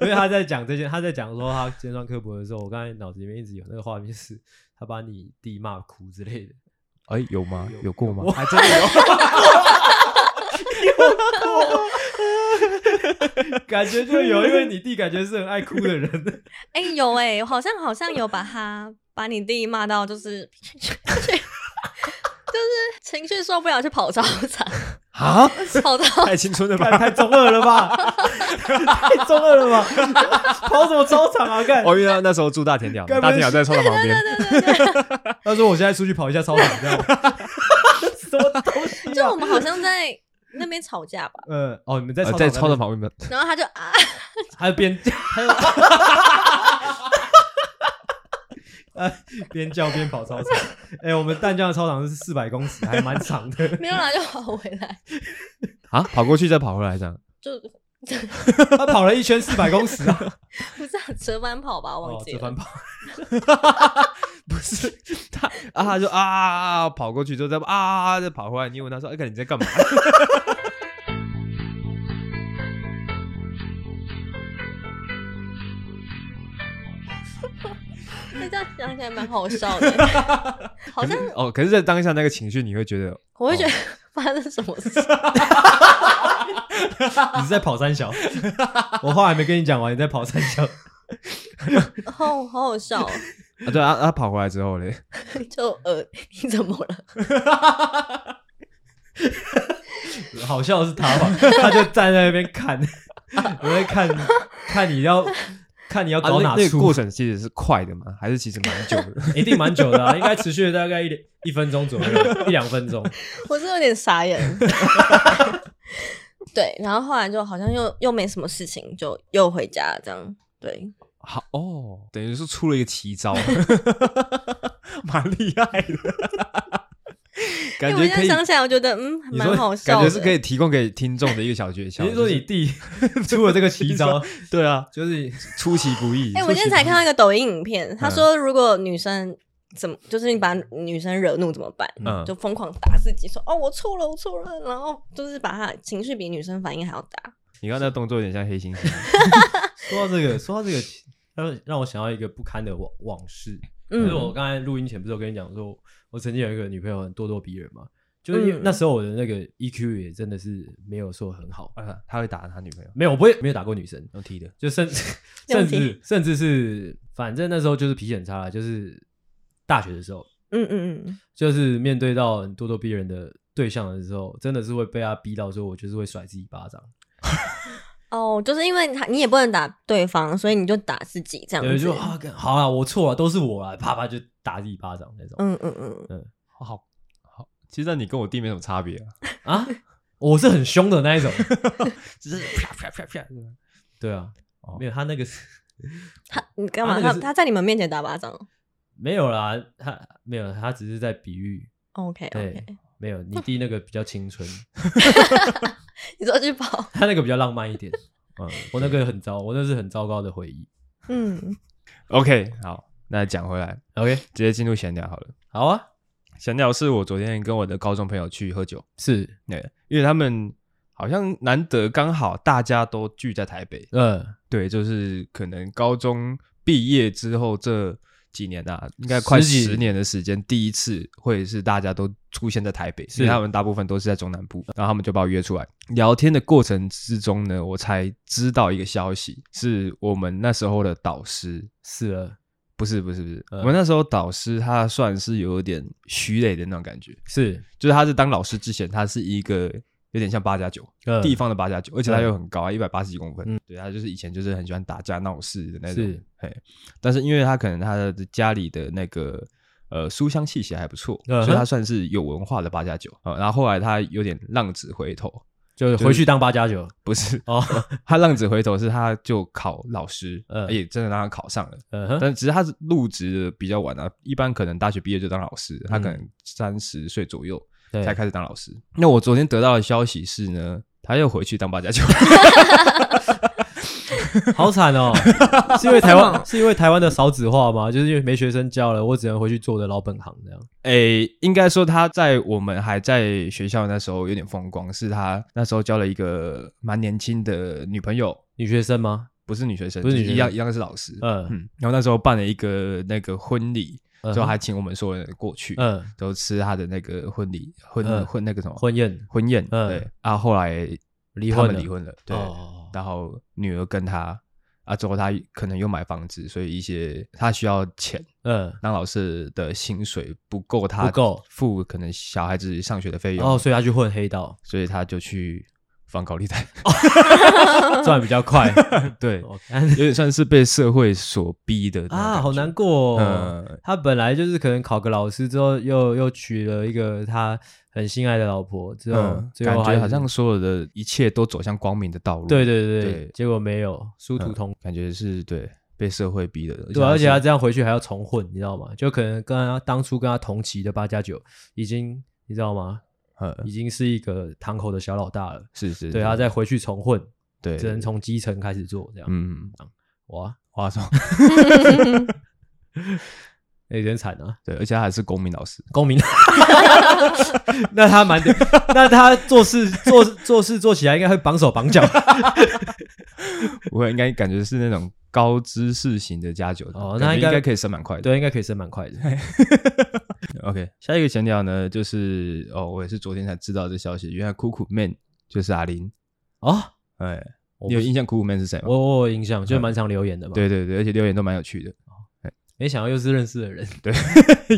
因为他在讲这件，他在讲说他尖酸刻薄的时候，我刚才脑子里面一直有那个画面是，他把你弟骂哭之类的。哎，有吗？有过吗？ 还真的有， 感觉就有，因为你弟感觉是很爱哭的 人，哎、有哎、好像好像有把他把你弟骂到就是就是情绪受不了去跑操场，啊，跑到太青春了干吧！太中二了吧？太中二了吧？跑什么操场啊？干！哦，因为他那时候住大田寮，该不大会田寮在操场旁边，他说我现在出去跑一下操场，这 样。什么东西就啊我？们好像在那边吵架吧，嗯，哦，你们在呃操在操那场边，旁边。然后他就啊，还有 边，还有，呃，边叫边跑操场。哎、我们淡江的操场是四百公尺，还蛮长的。没有啦，就跑回来，啊，跑过去再跑回来这样。就他跑了一圈四百公尺啊！不是、啊、折返跑吧， 忘哦，记这了。番跑，不是他啊，他就啊啊啊跑过去之后再啊啊啊再跑回来。你问他说：“哎、哥，你在干嘛那哎这样想起来蛮好笑的，好像？”哦，可是，在当下那个情绪，你会觉得我会觉得发生什么事，啊你是在跑三小？我话还没跟你讲完，你在跑三小。好好好笑哦， 啊，对啊，啊他跑回来之后嘞，就呃，你怎么了？好笑的是他吧？他就站在那边看，我在看，看你要，看你要啊，搞那哪那个出过，程其实是快的嘛，还是其实蛮久 的？ 一定蛮久的、啊，应该持续了大概一两一分钟左右，一两分钟。我是有点傻眼。 对，然后后来就好像又又没什么事情，就又回家了这样。对，好哦，等于是出了一个奇招， 蛮厉害的，感因觉为哎我现可在以，想起来，我觉得嗯，你说蛮好笑感的。觉是可以提供给听众的一个小诀窍。你是说就你弟 出了这个奇招，对啊， 就是出嗯其不意。哎、我今天才看到一个抖音影片，他说如果女生怎么，就是你把女生惹怒怎么办？嗯就疯狂打自己，说哦我错了，我错了，然后就是把她情绪比女生反应还要大。你看那动作有点像黑猩猩。 说到这个，说到这个，让让我想到一个不堪的往往事。就是嗯我刚才录音前不是有跟你讲说，我曾经有一个女朋友很咄咄逼人嘛，就是因为嗯那时候我的那个 EQ 也真的是没有说很好，啊，他会打他女朋友，没有，我不会没有打过女生，用踢的。就 甚至这样甚听至甚至是，反正那时候就是脾气很差啦，就是大学的时候，嗯嗯嗯，就是面对到很咄咄逼人的对象的时候，真的是会被他逼到，说我就是会甩自己巴掌，哦，就是因为他你也不能打对方，所以你就打自己这样对，子就。啊，干好啦，我错了，都是我啊啦，啪啪就打自己巴掌那种、嗯嗯嗯，哦好好，其实你跟我弟没什么差别啊，啊，我是很凶的那一种，只是啪啪啪啪。对啊，哦没有他那个是。他你干嘛？啊那个他是他在你们面前打巴掌哦没有啦，他没有，他只是在比喻。 ？OK 对哎 OK，，没有，你弟那个比较青春，你说去跑？他那个比较浪漫一点。嗯我那个很糟，我那是很糟糕的回忆。 嗯， ，OK，好，那讲回来， OK，直接进入闲聊好了。好啊，闲聊是我昨天跟我的高中朋友去喝酒，是，对，因为他们好像难得刚好大家都聚在台北，嗯，对，就是可能高中毕业之后这几年啊，应该快十几十年的时间，第一次会是大家都出现在台北，是因为他们大部分都是在中南部，然后他们就把我约出来聊天的过程之中呢，我才知道一个消息，是我们那时候的导师。死了，不是不是不是，嗯我们那时候导师他算是有点徐磊的那种感觉，是，就是他是当老师之前，他是一个有点像八加九嗯地方的八加九，而且他又很高啊，一百八十几公分。对他就是以前就是很喜欢打架闹事的那种是。嘿，但是因为他可能他的家里的那个呃书香气息还不错，嗯哼所以他算是有文化的八加九。呃然后后来他有点浪子回头，就是回去当八加九。不是 哦，他浪子回头是他就考老师，嗯也真的让他考上了。嗯哼，但只是他是入职的比较晚啊，一般可能大学毕业就当老师，他可能三十岁左右，嗯对，才开始当老师。那我昨天得到的消息是呢，他又回去当八加九。好惨哦，是因为台为什湾么是因为台湾的少子化吗？就是因为没学生教了，我只能回去做我的老本行这样。诶，应该说他在我们还在学校那时候有点风光，是他那时候交了一个蛮年轻的女朋友。女学生吗？不是女学生，不是就女学一样生一样是老师。嗯嗯，然后那时候办了一个那个婚礼，嗯就还请我们所有人过去，嗯都吃他的那个婚礼婚嗯婚那个什么婚宴婚宴。嗯对啊，后来离他婚们了离婚了，对哦。然后女儿跟他啊，之后他可能又买房子，所以一些他需要钱，嗯，当老师的薪水不够他不够付可能小孩子上学的费用，，哦，所以他去混黑道所以他就去放高利贷， 赚比较快。对，我有点算是被社会所逼的那种啊，感好觉难过、哦。嗯他本来就是可能考个老师之后又，又娶了一个他很心爱的老婆，之后、嗯，最感后觉还好像所有的一切都走向光明的道路。对对对对，对结果没有殊途嗯同。感觉是对被社会逼的。对啊，而且他他是这样回去还要重混，你知道吗？就可能跟他当初跟他同期的八加九，已经你知道吗？嗯已经是一个堂口的小老大了。是是，对，他再回去重混，对只能从基层开始做这样。嗯哇，花少那有点惨啊！对，而且他还是公民老师，公民， 那他蛮屌，那他做事做做事做起来应该会绑手 绑脚。我应该感觉是那种高知识型的加九哦感那觉应应该该可以升蛮快的。对，应该可以升蛮快的。 OK，下一个闲聊呢，就是哦，我也是昨天才知道这消息，原来酷酷 man 就是阿林，哦，哎，我你有印象酷酷 man 是谁吗？我我有印象，就是蛮常留言的嘛。，对对对，而且留言都蛮有趣的， 没想到又是认识的人，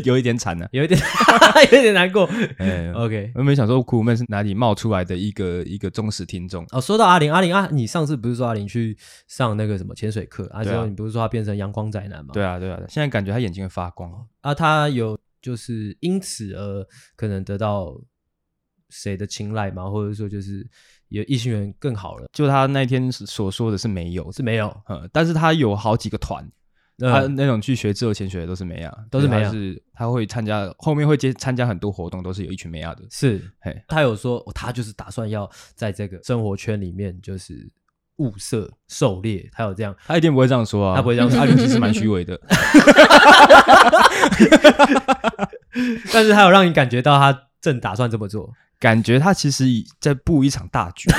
有一点惨呢、 有一点 有一点难过。哎 OK，我没想说酷酷 man 是哪里冒出来的一个一个忠实听众，哦，说到阿玲，阿玲啊，你上次不是说阿玲去上那个什么潜水课啊？对之啊后你不是说她变成阳光宅男吗？对啊，对啊，现在感觉他眼睛会发光。啊，她有就是因此而可能得到谁的青睐吗？或者说就是有异性缘更好了？就他那天所说的是没有，是没有，呃，但是他有好几个团，他嗯那种去学自由潜水的都是美亚，都是美亚所以他是他会参加，后面会接参加很多活动，都是有一群美亚的。是嘿，她有说、哦她就是打算要在这个生活圈里面就是物色狩猎，她有这样，他一定不会这样说啊，他不会这样说阿林其实蛮虚伪的，但是她有让你感觉到她正打算这么做。感觉他其实已在布一场大局，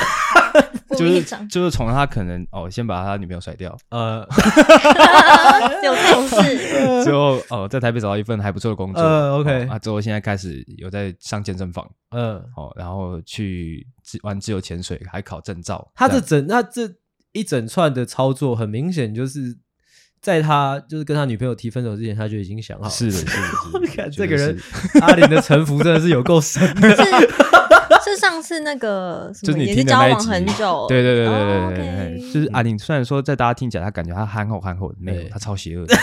故就意是 长就是从他可能哦，先把他女朋友甩掉， 呃有这种事，之后哦，在台北找到一份还不错的工作，呃，OK 哦啊，之后现在开始有在上健身房，呃，哦，然后去自玩自由潜水，还考证照，他这这整样他这一整串的操作，很明显就是在他就是跟他女朋友提分手之前，他就已经想好了。是的，是的，是的看绝这对个人是阿玲的城府真的是有够深的。是是上次那个什就是么你也听是的交那一往集很久，对对对哦对对对对， ，OK 就是阿玲。虽然说在大家听起来，他感觉他憨厚憨厚的，没有，对他超邪恶的。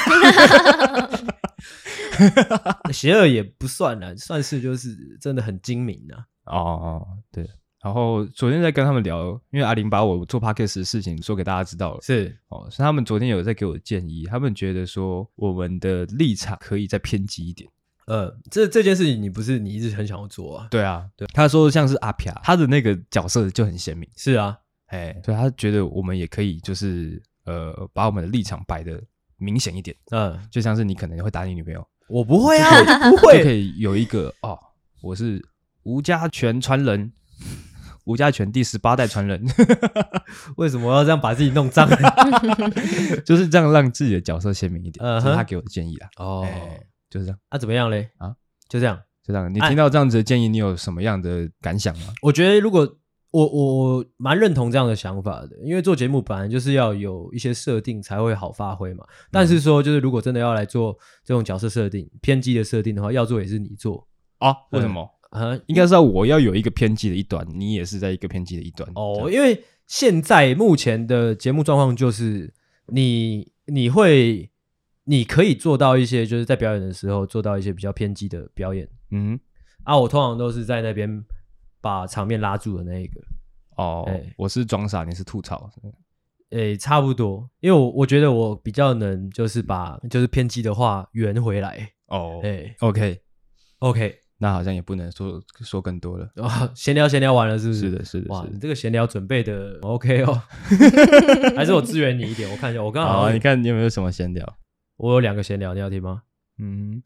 啊 邪恶也不算啦，算是就是真的很精明啊。哦哦，对。然后昨天在跟他们聊，因为阿玲把我做 podcast 的事情说给大家知道了，是哦，所以他们昨天有在给我建议，他们觉得说我们的立场可以再偏激一点。呃，这这件事情你不是你一直很想要做啊？对啊，对，他说像是阿飘，他的那个角色就很鲜明。是啊，哎，所以他觉得我们也可以就是呃，把我们的立场摆的明显一点，嗯、就像是你可能会打你女朋友，我不会 啊，我就不就可会。以有一个哦，我是吴家拳传人，吴家拳第十八代传人，为什么要这样把自己弄 脏？就是这样让自己的角色鲜明一点，嗯哼这是他给我的建议啦。哦哦，，就是这样，那、怎么样嘞？啊啊，就这样。就这样。你哎听到这样子的建议，你有什么样的感想吗？我觉得如果我我我蛮认同这样的想法的，因为做节目本来就是要有一些设定才会好发挥嘛。但是说，就是如果真的要来做这种角色设定、偏激的设定的话，要做也是你做啊，为什么？啊。应该是要我要有一个偏激的一端，你也是在一个偏激的一端。哦，因为现在目前的节目状况就是你你会你可以做到一些就是在表演的时候做到一些比较偏激的表演嗯，啊，我通常都是在那边把场面拉住的那一个。哦哎，我是装傻，你是吐槽，诶、差不多，因为我我觉得我比较能就是把就是偏激的话圆回来。哦诶、 ，OK， o k 那好像也不能说说更多了。哦，闲聊闲聊完了是不是？是的，是的，哇，是你的。这个闲聊准备的 OK 哦，还是我支援你一点，我看一下，我刚好好啊，像你看你有没有什么闲聊？我有两个闲聊，你要听吗？嗯，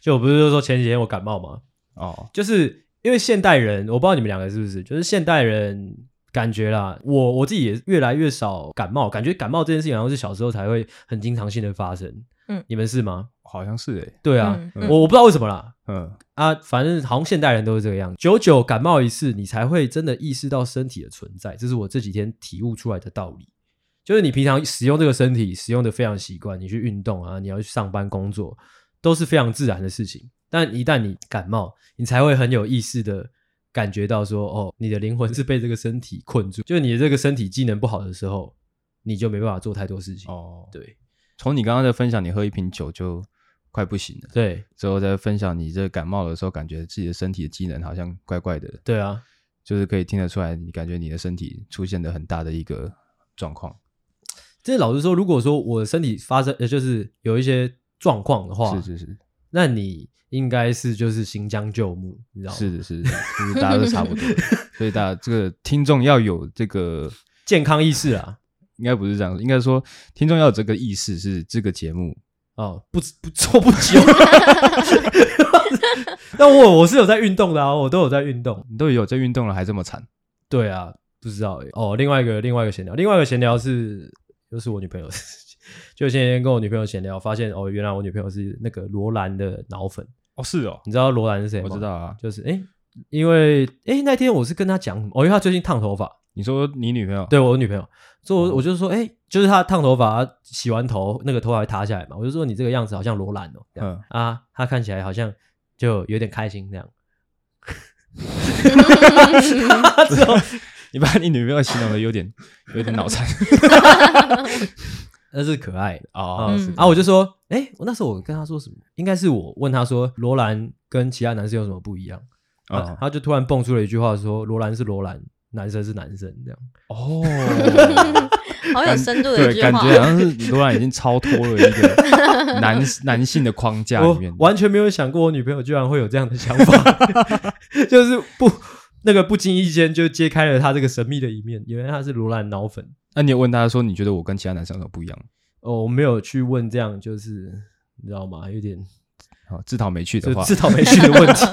就我不是说前几天我感冒吗？哦，就是因为现代人，我不知道你们两个是不是，就是现代人感觉啦，我我自己也越来越少感冒，感觉感冒这件事情好像是小时候才会很经常性的发生。嗯你们是吗？好像是诶，对啊，嗯我我不知道为什么啦。嗯，啊，反正好像现代人都是这个样，久久感冒一次，你才会真的意识到身体的存在，这是我这几天体悟出来的道理。就是你平常使用这个身体使用的非常习惯，你去运动啊，你要去上班工作，都是非常自然的事情。但一旦你感冒，你才会很有意识的感觉到说，哦，你的灵魂是被这个身体困住，就是你的这个身体机能不好的时候，你就没办法做太多事情。哦，对从你刚刚的分享，你喝一瓶酒就快不行了，对之后再分享你这感冒的时候，感觉自己的身体的机能好像怪怪的，对啊，就是可以听得出来，你感觉你的身体出现了很大的一个状况，这老实说，如果说我的身体发生，呃，就是有一些状况的话，是是是那你应该是就是行将就木，你知道吗？是的是的，就是大家都差不多，所以大家这个听众要有这个健康意识 啊，应该不是这样，应该说听众要有这个意识，是这个节目哦，不不做不久。 那我我是有在运动的啊，我都有在运动。你都有在运动了，还这么惨，对啊，不知道欸哦。另外一个另外一个闲聊，另外一个闲聊是又是我女朋友 的事情。就前几天跟我女朋友闲聊，发现哦，原来我女朋友是那个罗兰的脑粉。哦是哦，你知道罗兰是谁吗？我知道，啊，就是诶，因为诶那天我是跟她讲什么，哦，因为她最近烫头发，你说你女朋友对我女朋友，所以我我就说，哎、就是她烫头发，她洗完头那个头发会塌下来嘛，我就说你这个样子好像罗兰哦，这嗯样、啊，她看起来好像就有点开心那样。之后，你把你女朋友形容的有点有点脑 残那是可爱的啊、哦嗯是啊！我就说，哎、我那时候我跟她说什么？应该是我问她说，罗兰跟其他男生有什么不一样？啊，哦她就突然蹦出了一句话说，罗兰是罗兰，男生是男生这样。哦， 好有深度的一对，句感话， 觉好啊像是罗兰已经超脱了一个 男男性的框架里我面，完全没有想过我女朋友居然会有这样的想法， 就是不那个不经意间就揭开了她这个神秘的一面，原来她是罗兰脑粉。那你有问他说你觉得我跟其他男生有什么不一样？哦，我没有去问这样，就是你知道吗？有点好，自讨没趣就的话自讨没趣的问 题。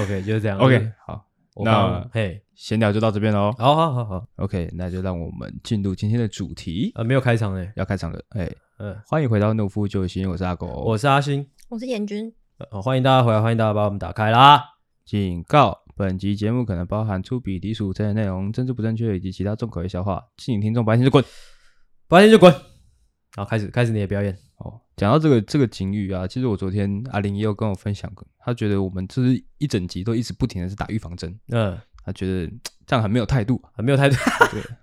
OK，就是这样。 ，OK，好，我那帮嘿，闲聊就到这边喽。好好好好， OK，那就让我们进入今天的主题，呃，没有开场哎，要开场了。哎，嗯，欢迎回到懦夫救星，我是阿狗，我是阿星，我是严君，呃欢迎大家回来，欢迎大家把我们打开啦。警告：本集节目可能包含粗鄙、低俗这类内容、政治不正确以及其他重口味笑话，请听众白天就滚。白天就滚，好，开始开始你的表演。哦，讲到这个这个警语啊，其实我昨天阿玲也有跟我分享过，她觉得我们就是一整集都一直不停的是打预防针，嗯，她觉得嘖这样很没有态度，没有态度。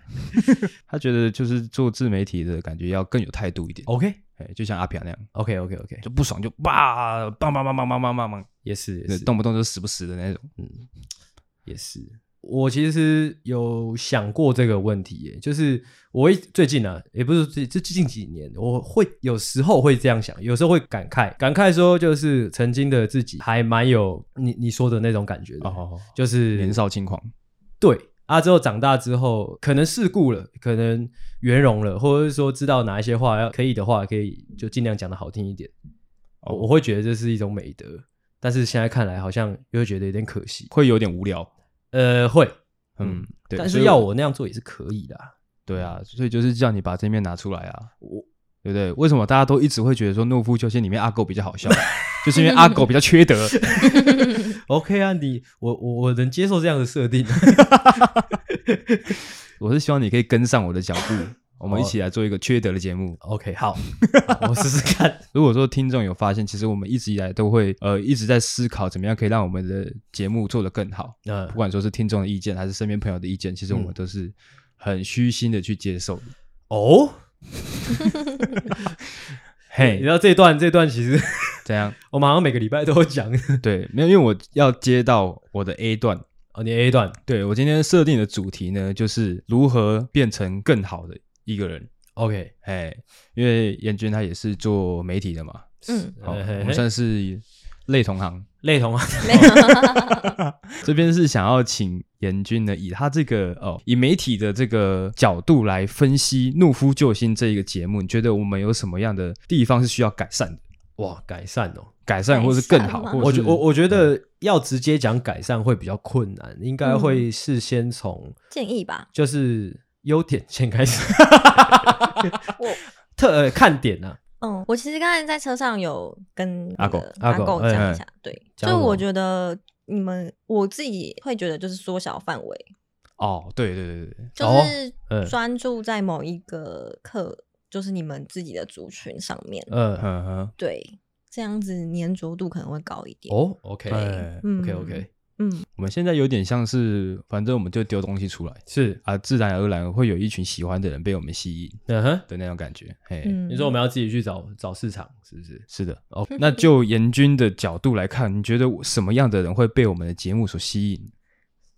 她觉得就是做自媒体的感觉要更有态度一点， OK 哎，就像阿飘那样， OK OK OK，就不爽就叭棒棒棒棒棒棒棒棒，也是也对是。动不动就死不死的那种。也是，我其实有想过这个问题耶，就是我一最近啊，也不是最这近几年，我会有时候会这样想，有时候会感慨，感慨说就是曾经的自己还蛮有你你说的那种感觉的，哦，就是年少轻狂，对啊，之后长大之后，可能世故了，可能圆融了，或者是说知道哪一些话要可以的话，可以就尽量讲的好听一点。我哦我会觉得这是一种美德，但是现在看来好像又会觉得有点可惜。会有点无聊。呃，会，嗯嗯，对，但所是以要我那样做也是可以的啊、对啊，所以就是叫你把这面拿出来啊，我对不对？为什么大家都一直会觉得说《懦夫救星》里面阿狗比较 好笑，就是因为阿狗比较缺德。 OK 啊，你我我我能接受这样的设定。我是希望你可以跟上我的脚 步，我哦们一起来做一个缺德的节目。 OK，好，我试试看。如果说听众有发现，其实我们一直以来都会呃一直在思考怎么样可以让我们的节目做得更好，呃嗯不，管说是听众的意见还是身边朋友的意见，其实我们嗯都是很虚心的去接受的。 哦，你知嘿，道这段这段其实怎 样？我们好像每个礼拜都有讲。对，没有，因为我要接到我的 A 段，哦，你 A 段对我今天设定的主题呢，就是如何变成更好的一个人。 OK，哎，因为严君他也是做媒体的嘛，嗯，好，嘿嘿嘿我们算是类同行。类同啊，没有，这边是想要请严君呢，以他这个哦，以媒体的这个角度来分析《怒夫救星》这一个节目，你觉得我们有什么样的地方是需要改善的？哇改善哦。改善或是更好，改善吗或我是觉我我觉得要直接讲改善会比较困难，应该会事先从建议吧。就是优点先开 始，我 特、呃、看点啊，嗯，我其实刚才在车上有跟阿狗阿阿狗狗哎讲哎一下，对，讲就什么我觉得你们我自己会觉得就是缩小范围，哦，对对对对对，就哦嗯是专注在某一个课，就是你们自己的族群上面，嗯、嗯哼，对，这样子粘着度可能会高一点。哦，OK 哎，嗯 OK OK，嗯，我们现在有点像是，反正我们就丢东西出来是，啊，自然而然会有一群喜欢的人被我们吸引嗯哼，的那种感觉，嘿，嗯，你说我们要自己去找找市场，是不是？是的，哦，那就严军的角度来看，你觉得什么样的人会被我们的节目所吸引？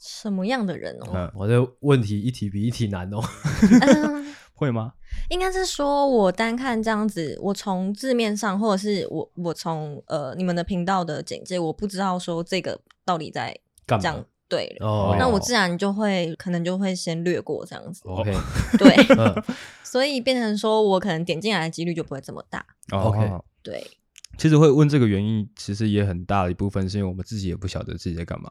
什么样的人哦？嗯，啊我的问题一题比一题难哦。 嗯会吗？应该是说，我单看这样子，我从字面上，或者是我我从呃你们的频道的简介，我不知道说这个到底在干嘛讲对了。哦，那我自然就会可能就会先略过这样子， OK， 对，嗯所以变成说我可能点进来的几率就不会这么大，哦 OK 对，其实会问这个原因，其实也很大的一部分是因为我们自己也不晓得自己在 干嘛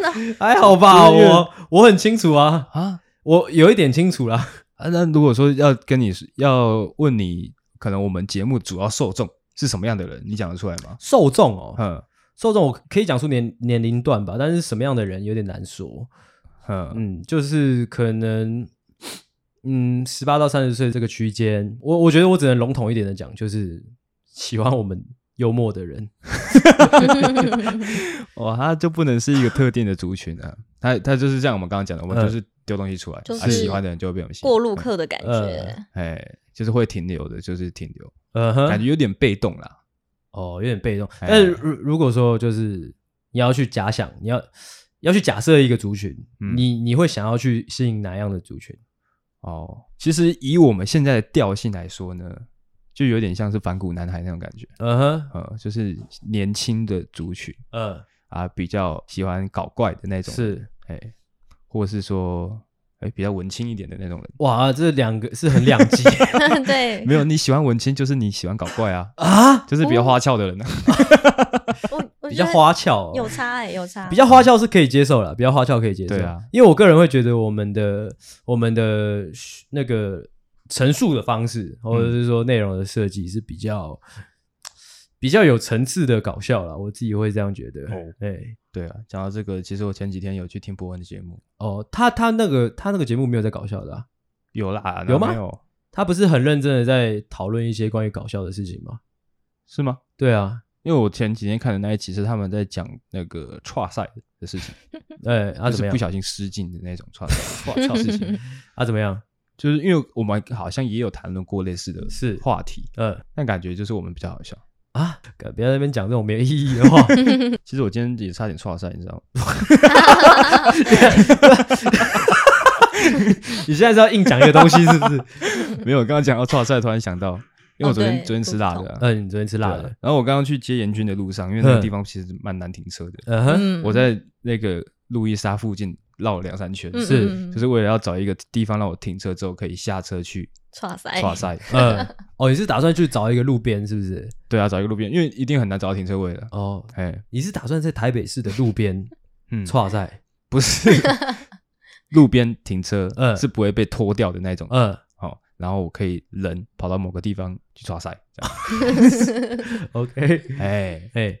的，还好吧，就是我我很清楚啊，啊我有一点清楚啦。啊！那如果说要跟你要问你，可能我们节目主要受众是什么样的人，你讲得出来吗？受众哦，嗯受众我可以讲出年年龄段吧，但是什么样的人有点难说。嗯嗯，就是可能，嗯，十八到三十岁这个区间，我我觉得我只能笼统一点的讲，就是喜欢我们幽默的人。哦，他就不能是一个特定的族群 啊，他他就是像我们刚刚讲的，我们嗯就是丢东西出来，嗯就是啊、喜欢的人就会被我们吸引过路，客的感呃觉，哎，就是会停留的，就是停留，嗯哼，感觉有点被动啦。哦，有点被动。哎但是如如果说就是你要去假想，你要要去假设一个族群，嗯你你会想要去吸引哪样的族群？哦，其实以我们现在的调性来说呢，就有点像是反骨男孩那种感觉，嗯哼，呃，就是年轻的族群嗯，啊，比较喜欢搞怪的那种，是哎，或是说哎比较文青一点的那种人。哇，这两个是很两 极 对没有，你喜欢文青就是你喜欢搞怪啊，啊，就是比较花俏的人啊。 我我比觉较得花俏、哦有。差哎，有差，比较花俏是可以接受了，比较花俏可以接受。对啊，因为我个人会觉得我们的我们的那个陈述的方式，或者是说内容的设计是比较比较有层次的搞笑啦，我自己会这样觉得。哎哦对，对啊，讲到这个，其实我前几天有去听博文的节目，哦，他他那个他那个节目没有在搞笑的、啊，有啦，有吗哪没有他不是很认真的在讨论一些关于搞笑的事情吗？是吗？对啊，因为我前几天看的那一期是他们在讲那个跨赛的事情，哎、啊就怎么是样不？小心失禁的那种跨赛 跨事 情，啊怎么样？就是因为我们好像也有谈论过类似的是话题，呃但感觉就是我们比较好笑。啊，不要在那边讲这种没有意义的话，其实我今天也差点跨赛，你知道吗？你现在是要硬讲一个东西是不是？ 没有，刚刚讲到跨赛，突然想到，因为我哦昨天、对昨天吃辣的啊、嗯、你昨天吃对辣啊的，然后我刚刚去接严军的路上，因为那个嗯地方其实蛮难停车的，嗯哼，嗯我在那个路易莎附近绕了两三圈，嗯是嗯嗯就是为了要找一个地方让我停车之后可以下车去刷塞，跨赛。嗯、哦，你是打算去找一个路边是不是？ 对啊，找一个路边，因为一定很难找到停车位的。哦，哎，你是打算在台北市的路边嗯，跨赛？不是路边停车，嗯是不会被拖掉的那种。嗯、好，然后我可以人跑到某个地方去抓赛，这样。 o k 哎， 哎，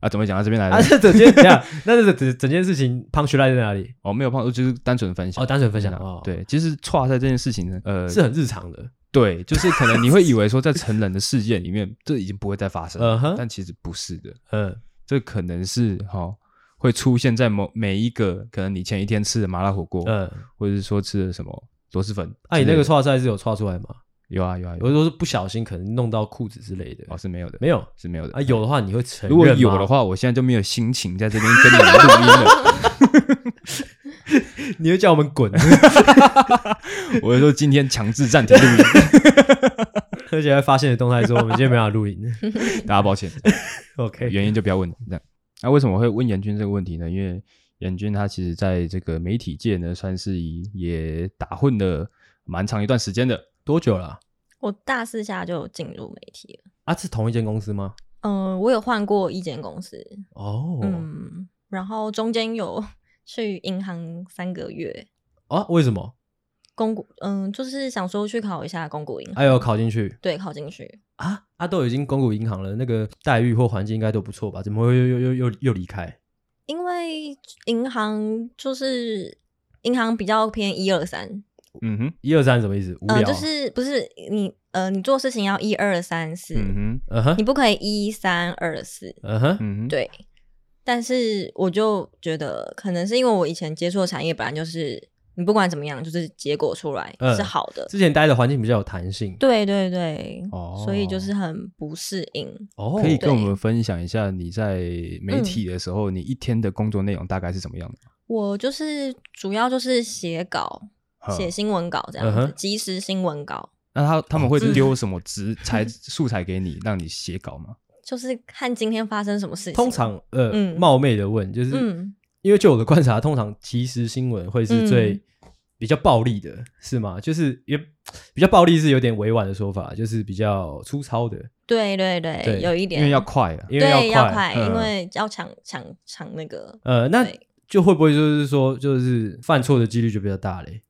啊，怎么讲到这边来啊，了？这整件这样，那这整整件事情 punch line 在哪里？哦，没有碰，就是单纯分享。哦，单纯分享啊哦，，对，其实跨赛这件事情呢，呃，是很日常的。对，就是可能你会以为说在成人的世界里面，这已经不会再发生了嗯哼但其实不是的，嗯，这可能是哈、哦、会出现在某每一个可能你前一天吃的麻辣火锅，嗯，或者是说吃的什么螺蛳粉之类的。啊哎那、你那个刷赛是有刷出来吗？有啊有啊有有啊，时候是不小心可能弄到裤子之类的，哦是没有的，没有是没有的啊？有的话你会承认如果有吗的，话，我现在就没有心情在这边跟你们录音了。 你会叫我们滚， 我就说今天强制暂停录音，而且还发现的动态说我们今天没法 录音。大家抱歉， OK，原因就不要问了。这样， 那、为什么会问严军这个问题呢？因为严军他其实在这个媒体界呢，算是也打混了蛮长一段时间的。多久了？ 我大四下就进入媒体了。啊，是同一间公司吗？嗯、我有换过一间公司，哦，嗯，然后中间有 去银行三个月，啊，为什么？公股，嗯，就是想说去考一下公股银行，哎呦，考进去对，考进去。啊！啊，都已经公股银行了，那个待遇或环境应该都不错吧？怎么会又又又又又离开？因为银行就是银行比较偏一二三，嗯哼，一二三什么意思？无聊、啊嗯，就是不是你呃，你做事情要一二三四，嗯嗯哼你，不可以一三二四，嗯哼，哼，嗯哼，，对。但是我就觉得，可能是因为我以前接触的产业本来就是，你不管怎么样，就是结果出来嗯是好的，之前待的环境比较有弹性。对对对，哦所以就是很不适应。哦，可以对跟我们分享一下你在媒体的时候，你一天的工作内容大概是怎么样的？我就是主要就是写稿、呵写新闻稿这嗯样哼子，即时新闻稿，那他他们会嗯丢什么职材 素材给你，让你写稿吗？就是看今天发生什么事情。通常呃、嗯冒昧的问，就是、嗯，因为就我的观察，通常即时新闻会是最、嗯比较暴力的，是吗？就是也比较暴力是有点委婉的说法，就是比较粗糙的，对对对，对有一因点，为要快啊，因为对快。快，嗯因为要抢抢抢那个呃，那对就会不会就是说，就是犯错的几率就比较大嘞？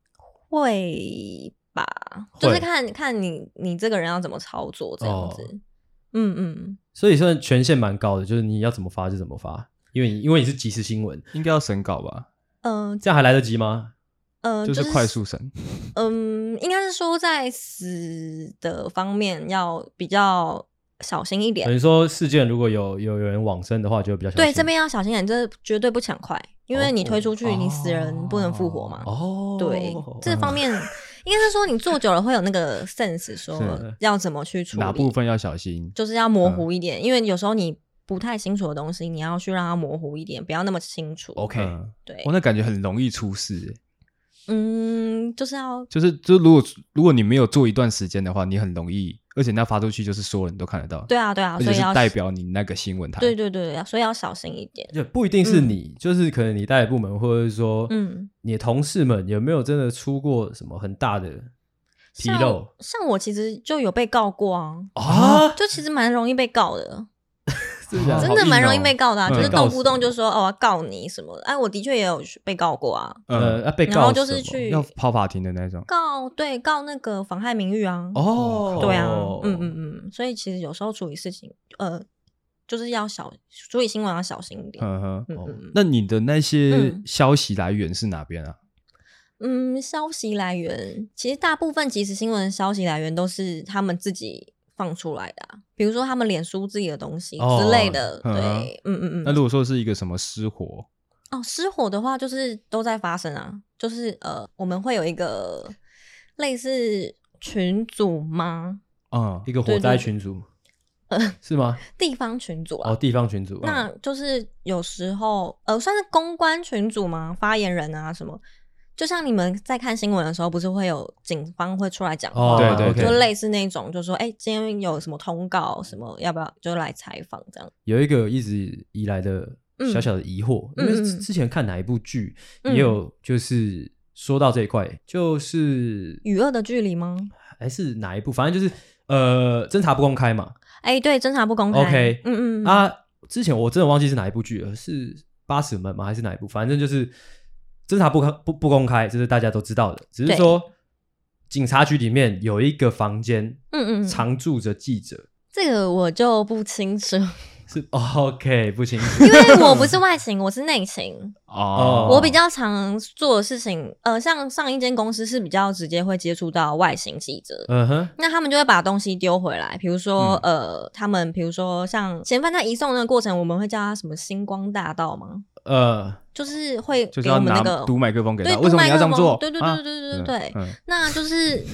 会吧，就是会看看你你这个人要怎么操作这样哦子。嗯嗯，所以算权限蛮高的，就是你要怎么发就怎么发，因为你因为你是即时新闻，应该要审稿吧，嗯这样还来得及吗？呃，就是快速审。嗯，应该是说在死的方面要比较小心一点等。于说事件如果有有有人往生的话，就会比较小心对，这边要小心一点，这绝对不抢快，因为你推出去，哦你死人不能复活嘛。哦，对，这方面应该是说你做久了会有那个 sense，说是要怎么去处理哪部分要小心？就是要模糊一点，因为有时候你不太清楚的东西，你要去让它模糊一点，不要那么清楚。 OK 嗯对哇，，那感觉很容易出事欸，嗯，就是要就是就是如果如果你没有做一段时间的话，你很容易，而且那发出去就是所有人都看得到，对啊，对啊，而所且以是要代表你那个新闻台，对对对，所以要小心一点。也不一定是你，就是可能你带的部门，或者是说，嗯，你的同事们有没有真的出过什么很大的纰像漏像我其实就有被告过啊，啊？就其实蛮容易被告的，真的假真的蛮容易被告的、啊，嗯就是哦被告动不动死就说哦我要告你什么的。哎，我的确也有去被告过啊，呃，嗯，啊被告然后就是什么去呃要跑法庭的那种。告对告那个妨害名誉啊。哦，对啊，嗯嗯嗯，所以其实有时候处理事情，呃，就是要小处理新闻要小心一点。嗯哼，嗯哦嗯那你的那些嗯消息来源是哪边啊？嗯，嗯，消息来源其实大部分即时新闻的消息来源都是他们自己放出来的啊、比如说他们脸书自己的东西哦之类的。嗯对，嗯嗯那嗯。如果说是一个什么失火，哦，失火的话就是都在发生啊，就是呃，我们会有一个类似群组吗？嗯一，个火灾群组是吗？地方群组啊哦，，地方群组，呃那嗯就是有时候呃，算是公关群组吗？发言人啊什么，就像你们在看新闻的时候，不是会有警方会出来讲话哦吗，对对 OK 就类似那种，就说哎、今天有什么通告，什么要不要就来采访这样。有一个一直以来的小小的疑惑，因嗯为嗯之嗯之前看哪一部剧嗯也有就是说到这一块，就是与恶的距离吗？还是哪一部，反正就是呃，侦查不公开嘛，哎、对，侦查不公开。 OK 嗯嗯嗯啊，之前我真的忘记是哪一部剧了，是《八尺门》吗？还是哪一部？反正就是侦查不公不不公开，这是大家都知道的。只是对说，警察局里面有一个房间嗯嗯，常住着记者，这个我就不清 楚，是哦 OK 不清楚因为我不是外勤，我是内勤。哦，我比较常做的事情，呃，像上一间公司是比较直接会接触到外勤记者， 嗯哼，那他们就会把东西丢回来，比如说、嗯呃，他们比如说像嫌犯在移送那个过程，我们会叫他什么星光大道吗？呃，就是会就是给我要们拿那个读麦克风给他，对为什么你要这读样麦克做？风对对啊对对对对对， 嗯嗯那就是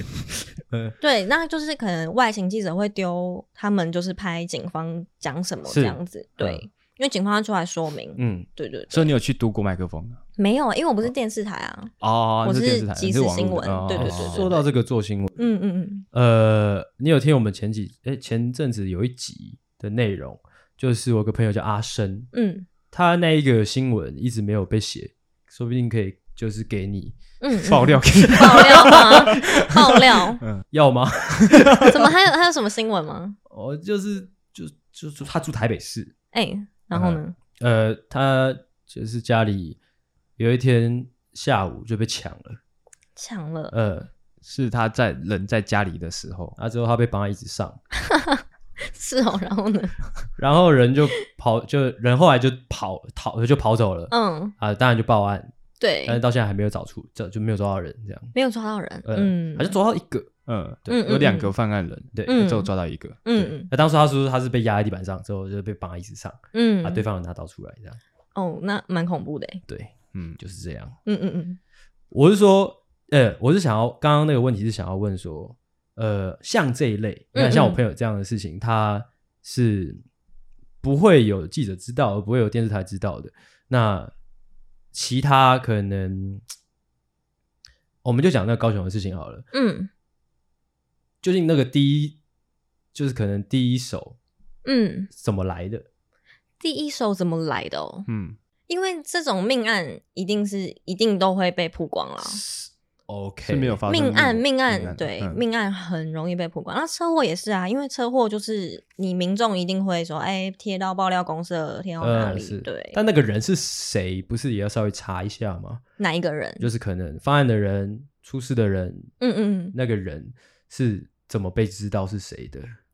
嗯。对，那就是可能外勤记者会丢他们就是拍警方讲什么是这样子，对，嗯因为警方要出来说明，嗯，对对对，所以你有去读过麦克风啊没有，因为我不是电视台啊，哦，我你是电视台，即你时网络新的闻哦对对哦对哦说到这个做新闻，嗯嗯嗯，呃，你有听我们前几哎前阵子有一集的内容，就是我有个朋友叫阿生，嗯，他那一个新闻一直没有被写，说不定可以就是给你，嗯，嗯爆料嗯给你。爆 料吗？爆料？要吗？怎么还有还有什么新闻吗？哦，就是就就就他住台北市，哎、然后嗯呢？呃，他就是家里有一天下午就被抢了，抢了，呃，是他在人在家里的时候，啊之后他被绑在椅子上，是哦，然后呢？然后人就跑，就人后来就跑逃就跑走了，嗯，啊，当然就报案，对呃但，是到现在还没有找出，这就没有抓到人，这样，没有抓到人，呃、嗯，好像抓到一个，嗯，对嗯嗯有两个犯案人，对对，嗯只有抓到一个。嗯那当时他说他是被压在地板上，之后就被绑在椅子上，嗯把啊对方有拿刀出来，这样，哦，那蛮恐怖的欸，对，嗯，就是这样。嗯嗯嗯，我是说，呃，我是想要刚刚那个问题是想要问说，呃，像这一类，你嗯看像我嗯朋友这样的事情，他是不会有记者知道，不会有电视台知道的。那其他可能，我们就讲那个高雄的事情好了。嗯究竟那个第一，就是可能第一手嗯，怎么来的？第一手怎么来的哦？嗯，因为这种命案一定是一定都会被曝光啦。 OK，是没有发生命案，命命案，案对，嗯命案很容易被曝光。那车祸也是啊，因为车祸就是你民众一定会说，哎，贴到爆料公社，贴到哪嗯，里？是对，但那个人是谁，不是也要稍微查一下吗？哪一个人？就是可能方案的人、出事的人，嗯嗯，那个人是怎么被知道是谁的？嗯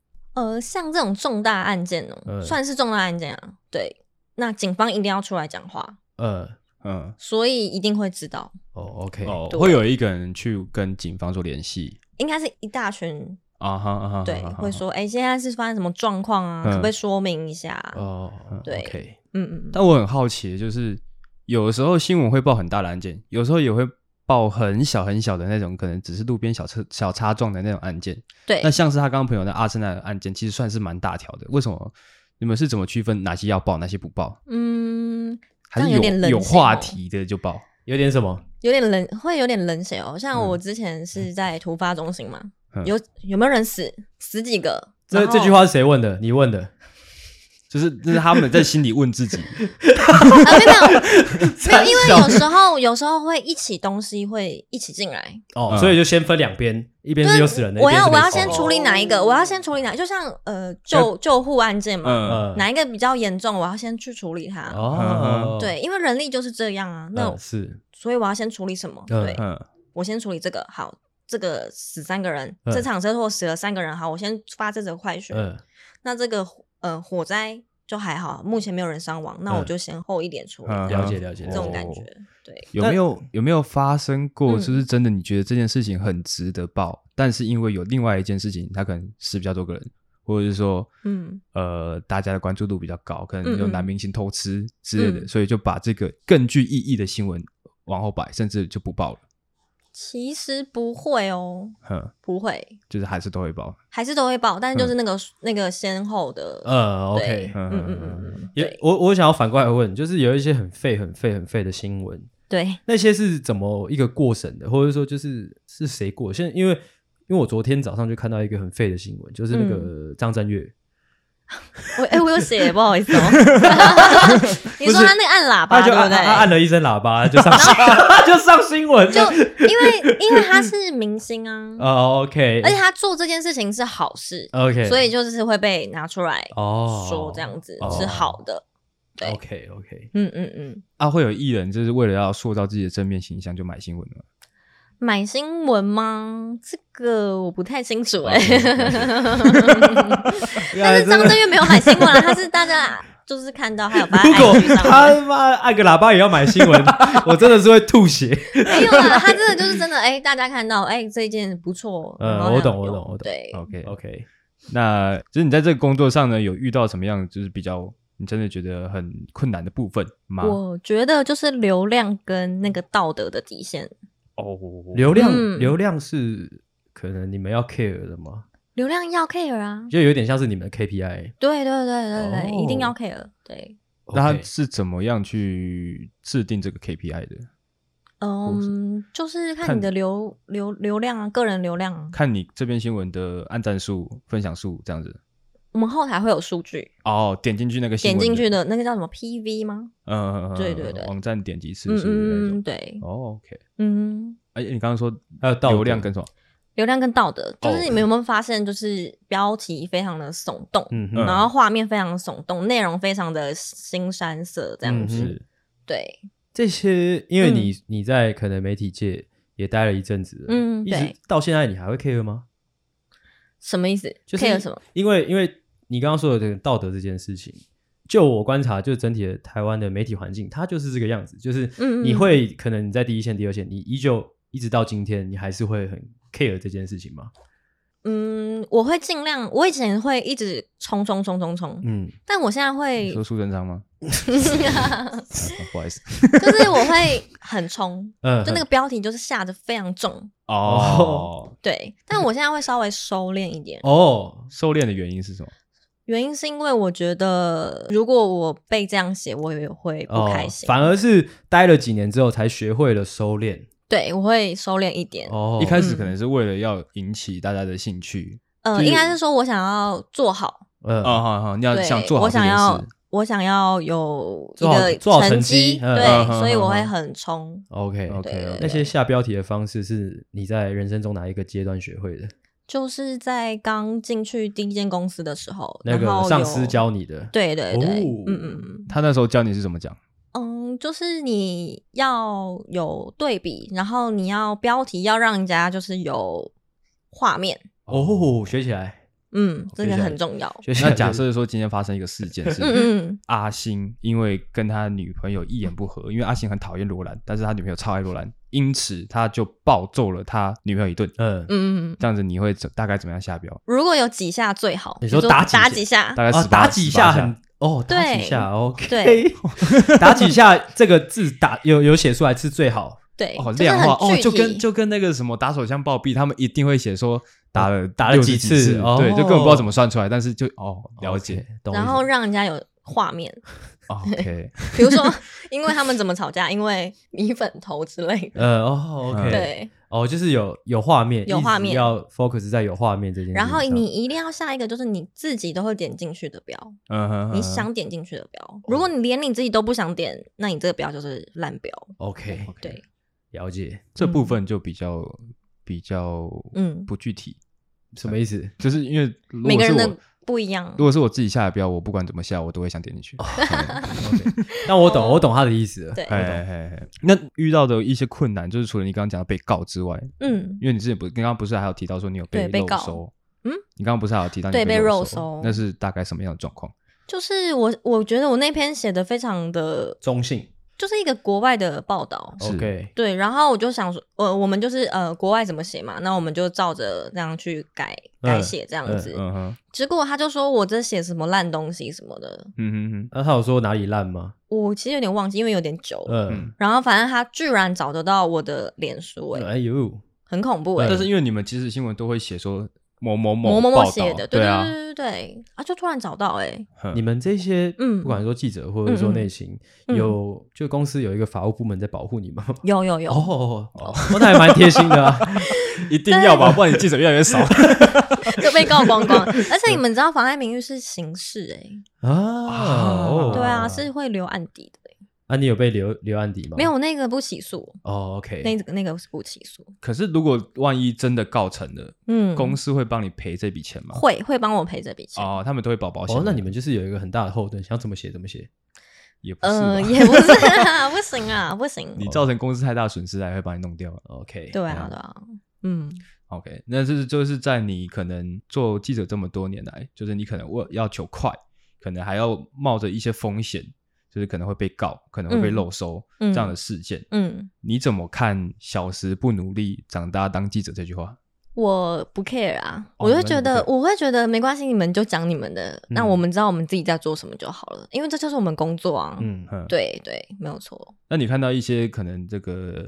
呃，像这种重大案件哦、嗯算是重大案件啊。对，那警方一定要出来讲话，呃，嗯，所以一定会知道，哦，OK，哦，对会有一个人去跟警方做联系应该是一大群啊哈啊哈，对啊哈会，说，哎，现在是发生什么状况啊？嗯可不可以说明一下？啊哦，对 o k 嗯嗯嗯，但我很好奇，就是有的时候新闻会报很大的案件，有时候也会报很小很小的那种，可能只是路边小车小擦撞的那种案件。对那，像是他刚刚朋友的阿森纳的案件，其实算是蛮大条的。为什么？你们是怎么区分哪些要报，哪些不报？嗯，还是这样有点冷有静哦话题的就报？有点什么？有点冷，会有点冷血哦。像嗯我之前是在突发中心嘛，嗯有有没有人死？死几个？这然后这句话是谁问的？你问的？就是就是他们在心里问 自己，啊，没 有没有没有，因为有时候有时候会一起东西会一起进来，哦，嗯所以就先分两边，一边就是有死人的，我一边要是哦没我要死人先的处理哪一个？我要先处理哪？就像呃救救护案件嘛，嗯，呃，哪一个比较严重，我要先去处理它。哦，对，因为人力就是这样啊，嗯，那是所以我要先处理什么？嗯对，嗯我先处理这个，好，这个死三个人，嗯这场车祸死了三个人，好，我先发这则快讯。嗯那这个呃火灾就还好，目前没有人伤亡，那我嗯就先后一点处理，嗯这样了解了解这种感觉哦。对，有没但有有没有发生过，嗯就是真的你觉得这件事情很值得报，但是因为有另外一件事情，它可能死比较多个人，或者是说，嗯，呃，大家的关注度比较高，可能有嗯嗯男明星偷吃之类的，嗯所以就把这个更具意义的新闻往后摆，甚至就不报了。其实不会哦，哼，不会，就是还是都会报。还是都会报，但是就是那个、那个先后的，呃对嗯，OK，嗯嗯嗯嗯，也对我我想要反过来问，就是有一些很废、很废、很废的新闻，对， 那些是怎么一个过审的，或者说就是是谁过？现在因为因为我昨天早上就看到一个很废的新闻，就是那嗯个张震岳，我哎、我有写，不好意思 哦， 你说他那个按喇叭他对就不按对？他啊按了一声喇叭就上新就上新闻， 就因为因为他是明星啊，哦 OK，而且他做这件事情是好事， OK，所以就是会被拿出来哦说这样子哦是好的。对 OK OK，嗯嗯嗯，啊，会有艺人就是为了要塑造自己的正面形象就买新闻 了。买新闻吗？这个我不太清楚哦哦 哎、啊但是张震岳没有买新闻啊，他是大家 就是看到还有把 Google 他他妈按个喇叭也要买新闻，我真的是会吐血。 没有啦，他真的就是真的哎、大家看到哎、这一件不错，嗯然后我懂还有我懂用我懂对， OK， OK，那就是你在这个工作上呢，有遇到什么样就是比较你真的觉得很困难的部分吗？我觉得就是流量跟那个道德的底线，哦，流量、嗯流量是可能你们要 care 的吗？流量要 care 啊，就有点像是你们的 KPI，对对对对对，哦一定要 care，对。那他 OK 是怎么样去制定这个 KPI 的？嗯，就是看看你的流流流量啊，个人流量啊，看你这篇新闻的按赞数、分享数这样子。我们后台会有数据，哦，点进去那个新点闻进去的，的那个叫什么 PV 吗？嗯嗯嗯，嗯对对对网站点击次嗯数的那嗯种嗯，。对，哦，OK，嗯，哎，你刚刚说还有道德流量跟什么？流量跟道德，就哦是你们有没有发现，就是标题非常的耸动，嗯嗯哼，然后画面非常耸动，内容非常的新山色这样嗯哼子。是对，这些因为你你在可能媒体界也待了一阵子了，嗯一直对到现在你还会 care 吗？什么意思？就是 care 什么？因为因为你刚刚说的这个道德这件事情，就我观察，就整体的台湾的媒体环境，它就是这个样子，就是嗯嗯你会可能你在第一线、第二线，你依旧一直到今天，你还是会很 care 这件事情吗？嗯，我会尽量，我以前会一直冲冲冲冲冲，嗯，但我现在你会说，苏贞昌 吗？啊哦 不 好意思，就是我会很冲，呃就那个标题就是下的非常重，哦，对。但我现在会稍微收敛一点，哦，收敛的原因是什么？原因是因为我觉得如果我被这样写，我也会不哦开心，反而是待了几年之后才学会了收敛。对我会收敛一点。哦，一开始嗯可能是为了要引起大家的兴趣，呃，就是应该是说我想要做好，呃，哦，好好，你要对，想做好我这想件要事。我想要有一做好个做好成绩绩，嗯对，嗯嗯所以嗯我会嗯很冲。 OK OK，对对 OK 那些下标题的方式是你在人生中哪一个阶段学会的？就是在刚进去第一间公司的时候，那然个后上有司，教你的？对对对，哦嗯嗯嗯他那时候教你是怎么讲？嗯，就是你要有对比，然后你要标题要让人家就是有画面，哦，学起来，嗯，这学个起来很重要。学起来。 那假设说今天发生一个事件是，嗯嗯，阿星因为跟他女朋友一言不合，因为阿星很讨厌罗兰，但是他女朋友超爱罗兰，因此他就暴揍了他女朋友一顿。嗯嗯，嗯嗯，这样子你会怎大概怎么样下标？如果有几下最好，你比说如说打几打下几下，大概啊，十打几下下很哦，打几对下 OK，对 打几下这个字打有有写出来是最好，对，哦就是量化很哦，具就跟体，就跟那个什么打手枪暴毙，他们一定会写说打了打了60几几次哦对，就根本不知道怎么算出来，但是就哦了 OK，解懂意思。然后让人家有画面，哦 OK 比如说因为他们怎么吵架，因为米粉头之类的，呃哦嗯 OK，对。哦就是有有画面，有画一直面要 focus 在有画面这件事情然上。后你一定要下一个，就是你自己都会点进去的标，嗯哼哼，你想点进去的标。如果你连你自己都不想点，那你这个标就是烂标。 OK 对，了解这部分就比较比较嗯不具体，什么意思？就是因为如每果个是人我的不一样哦如。果是我自己下的标，我不管怎么下，我都会想点进去。 OK，但我懂，我懂他的意思了。对，哎哎哎哎那遇到的一些困难，就是除了你刚刚讲的被告之外，嗯，因为你之前不是刚刚不是还有提到说你有对被肉告搜，嗯，你刚刚不是还有提到你对被肉肉搜那是大概什么样的状况？就是我我觉得我那篇写的非常的，中性就是一个国外的报道。是 OK，对，然后我就想说，呃，我们就是呃，国外怎么写嘛，那我们就照着这样去改改嗯写这样嗯子。嗯哼，结果他就说我这写什么烂东西什么的，嗯哼哼，那他有说哪里烂吗？我其实有点忘记，因为有点久了。呃嗯，然后反正他居然找得到我的脸书、欸，哎呦，很恐怖哎、嗯但是因为你们即时新闻都会写说某某某某某报某道写的，对对对啊，对对对啊，就突然找到哎、哼你们这些嗯不管说记者或者说内勤，嗯嗯有就公司有一个法务部门在保护 你们吗？有有有，哦， 哦那还蛮贴心的 啊。一定要吧，不然你记者越来越少。 就被告光光。而且你们知道妨碍名誉是刑事啊，哎、哦哦对啊，是会留案底的、欸。啊，你有被留留案底吗？没有那个不起诉，哦，OK，那个那个是不起诉。可是如果万一真的告成了，嗯，公司会帮你赔这笔钱吗？会会帮我赔这笔钱。哦，他们都会保保险。哦，那你们就是有一个很大的后盾，想怎么写怎么写。也不是吧呃，也不是啊，不行啊，不行。 你造成公司太大损失，还会把你弄掉。 OK， 对嗯啊，对啊，嗯 OK，那这是就是在你可能做记者这么多年来，就是你可能为要求快，可能还要冒着一些风险，就是可能会被告，可能会被嗯漏收、嗯这样的事件，嗯，你怎么看“小时不努力，长大当记者”这句话？我不 care 啊，哦我你就们觉不得 care 嗯我会觉得没关系，你们就讲你们的，那我们知道我们自己在做什么就好了，因为这就是我们工作啊。嗯，嗯，。对对，没有错。那你看到一些可能这个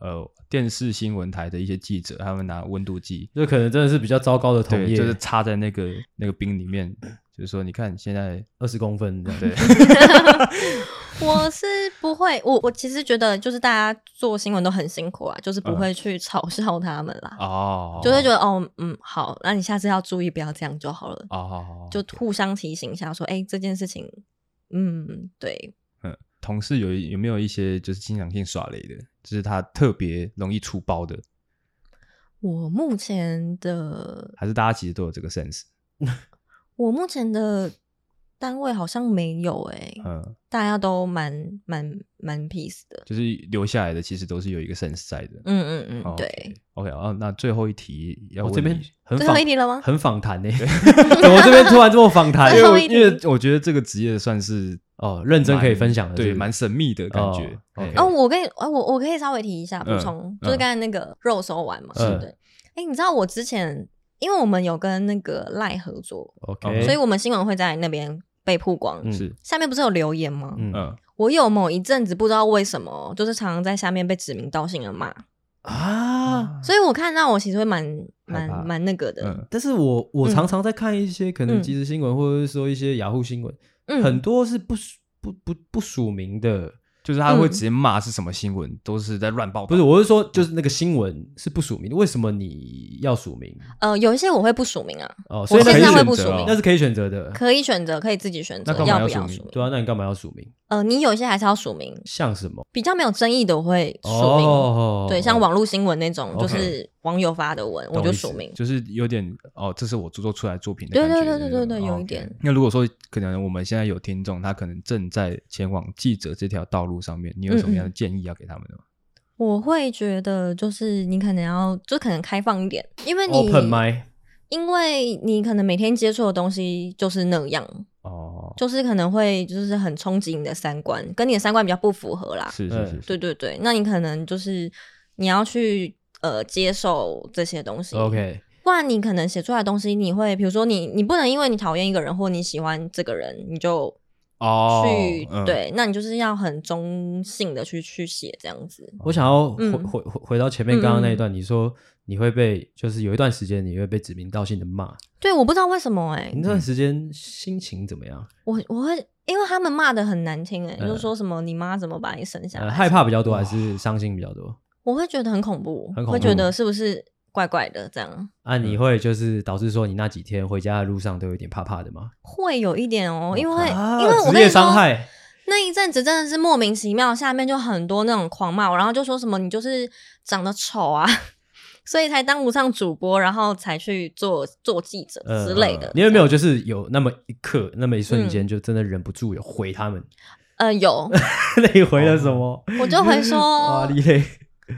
呃电视新闻台的一些记者，他们拿温度计，这可能真的是比较糟糕的同对，业，就是插在那个那个冰里面，就是说你看现在二十公分这样。 对我是不会，我我其实觉得就是大家做新闻都很辛苦啊，就是不会去嘲笑他们啦，嗯哦，就会觉得哦，嗯，好，那你下次要注意，不要这样就好了，哦，就互相提醒一下，说，哎、这件事情，嗯，对，嗯，同事有有没有一些就是经常性耍雷的，就是他特别容易出包的，我目前的还是大家其实都有这个 sense？我目前的单位好像没有哎、嗯，大家都蛮蛮蛮 peace 的，就是留下来的其实都是有一个 sense 在的。嗯嗯哦嗯，对， OK，哦，那最后一题要我问哦这边你很最后访一题 了吗？很访谈呢，怎么这边突然这么访谈最？后一因为因为我觉得这个职业算是哦，认真可以蛮分享的，对，是不是蛮神秘的感觉。哦嘿，OK 哦，我跟你，啊我我可以稍微提一下补嗯充，嗯就是刚才那个肉手丸嘛，嗯对不对？哎、你知道我之前，因为我们有跟那个赖合作， OK，哦所以我们新闻会在那边被曝光。嗯是，下面不是有留言吗？嗯嗯，我有某一阵子不知道为什么，就是常常在下面被指名道姓的骂，啊，所以我看到我其实会蛮害蛮怕蛮那个的。嗯但是我我嗯常常在看一些可能嗯即时新闻，或者是说一些雅虎新闻，嗯，很多是不署不不不署名的，就是他会嗯直接骂是什么新闻，都是在乱报道。不是，我是说就是那个新闻是不署名的，为什么你要署名？呃，有一些我会不署名啊，哦，所我以可那现可以以在会选，不选署择哦名，那是可以选择的，可以选择，可以自己选择那干嘛不要要署署名名。对啊，那你干嘛要署名？呃，你有一些还是要署名，像什么？比较没有争议的我会署名。哦，对，像网络新闻那种， OK 就是网友发的文，我懂就意思署名。就是有点哦，这是我制作出来作品的对感觉。对对对对对，哦有一 OK 点。那如果说可能我们现在有听众，他可能正在前往记者这条道路上面，你有什么嗯样的建议要给他们的吗？我会觉得就是你可能要，就可能开放一点，因为你 Open My 因为你可能每天接触的东西就是那样，哦，就是可能会就是很冲击你的三观，跟你的三观比较不符合啦。是是嗯是是，啊对对对，那你可能就是你要去呃接受这些东西。 OK，不然你可能写出来的东西，你会比如说你你不能因为你讨厌一个人或你喜欢这个人，你就哦，去、嗯，对，那你就是要很中性的去去写这样子。我想要回嗯回回回到前面刚刚那一段，你说你会被就是有一段时间你会被指名道姓的骂，对，我不知道为什么哎、你那段时间心情怎么样？我我会因为他们骂的很难听哎、嗯就是说什么你妈怎么把你生下来、呃，害，怕比较多还是伤心比较多？我会觉得很恐怖，很恐怖会觉得是不是怪怪的这样，啊，你会就是导致说你那几天回家的路上都有点怕怕的吗？会有一点哦、因为、啊因为我职跟你业伤说。害，那一阵子真的是莫名其妙，下面就很多那种狂骂我，然后就说什么你就是长得丑啊， 所以才当不上主播，然后才去做做记者呃之类的。你有没有就是有那么一刻，那么一瞬间，就真的忍不住有回他们？ 呃，有，那你回了什么？我就回哇，说，你嘞？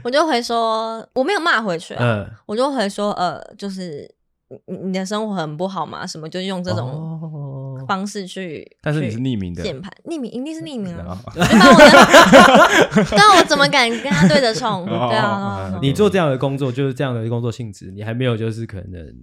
我就回说，我没有骂回去、啊，嗯，我就回说，呃，就是你你的生活很不好嘛，什么就用这种哦方式去，但是你是去匿名的，键盘，匿名一定是匿名啊，哦 对啊，我的，对啊，我怎么敢跟他对着冲？对啊对啊，对啊哦你做这样的工作，就是这样的工作性质，你还没有就是可能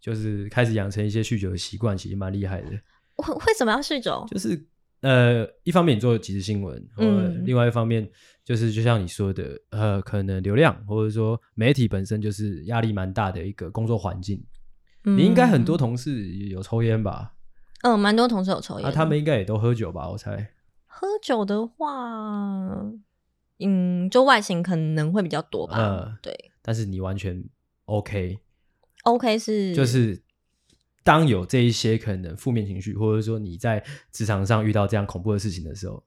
就是开始养成一些酗酒的习惯，其实蛮厉害的。我为什么要酗酒？就是呃，一方面你做即时新闻，嗯，嗯另外一方面就是就像你说的，呃，可能流量或者说媒体本身就是压力蛮大的一个工作环境。你应该很多同事有抽烟吧？嗯，蛮多同事有抽烟啊，，他们应该也都喝酒吧？我猜。喝酒的话，嗯，就外形可能会比较多吧嗯，对但是你完全 OK， ，OK 是就是当有这一些可能负面情绪，或者说你在职场上遇到这样恐怖的事情的时候，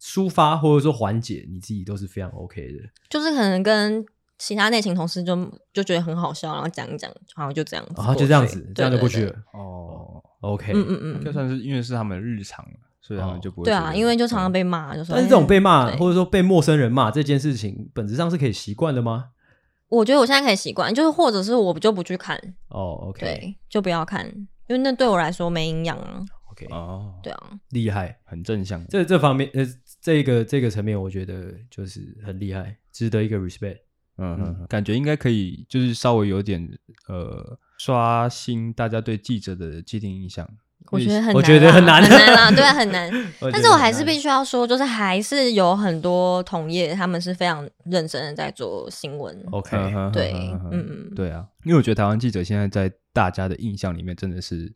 抒发或者说缓解你自己都是非常 OK 的。就是可能跟其他内勤同事就就觉得很好笑，然后讲一讲，好像就这样子过去，然哦啊后就这样子，这样就过去对。了。哎对对 哦， OK，嗯嗯就嗯，算是因为是他们的日常，所以他们就不会对觉啊，得因为就嗯常常被骂，就说但是这种被骂哎对或者说被陌生人骂这件事情，本质上是可以习惯的吗？我觉得我现在可以习惯，就是或者是我就不去看，哦，OK 对，就不要看，因为那对我来说没营养啊， OK，哦，对啊，厉害，很正向。这这方面呃，这个这个层面，我觉得就是很厉害，值得一个 respect。嗯嗯嗯，感觉应该可以，就是稍微有点呃刷新大家对记者的既定印象。我觉得很难啦，我觉得很难很难啦，对啊，很难。但是我还是必须须要说，就是还是有很多同业他们是非常认真的在做新闻。 OK，嗯哼对哼哼，哼嗯嗯，对啊，因为我觉得台湾记者现在在大家的印象里面真的是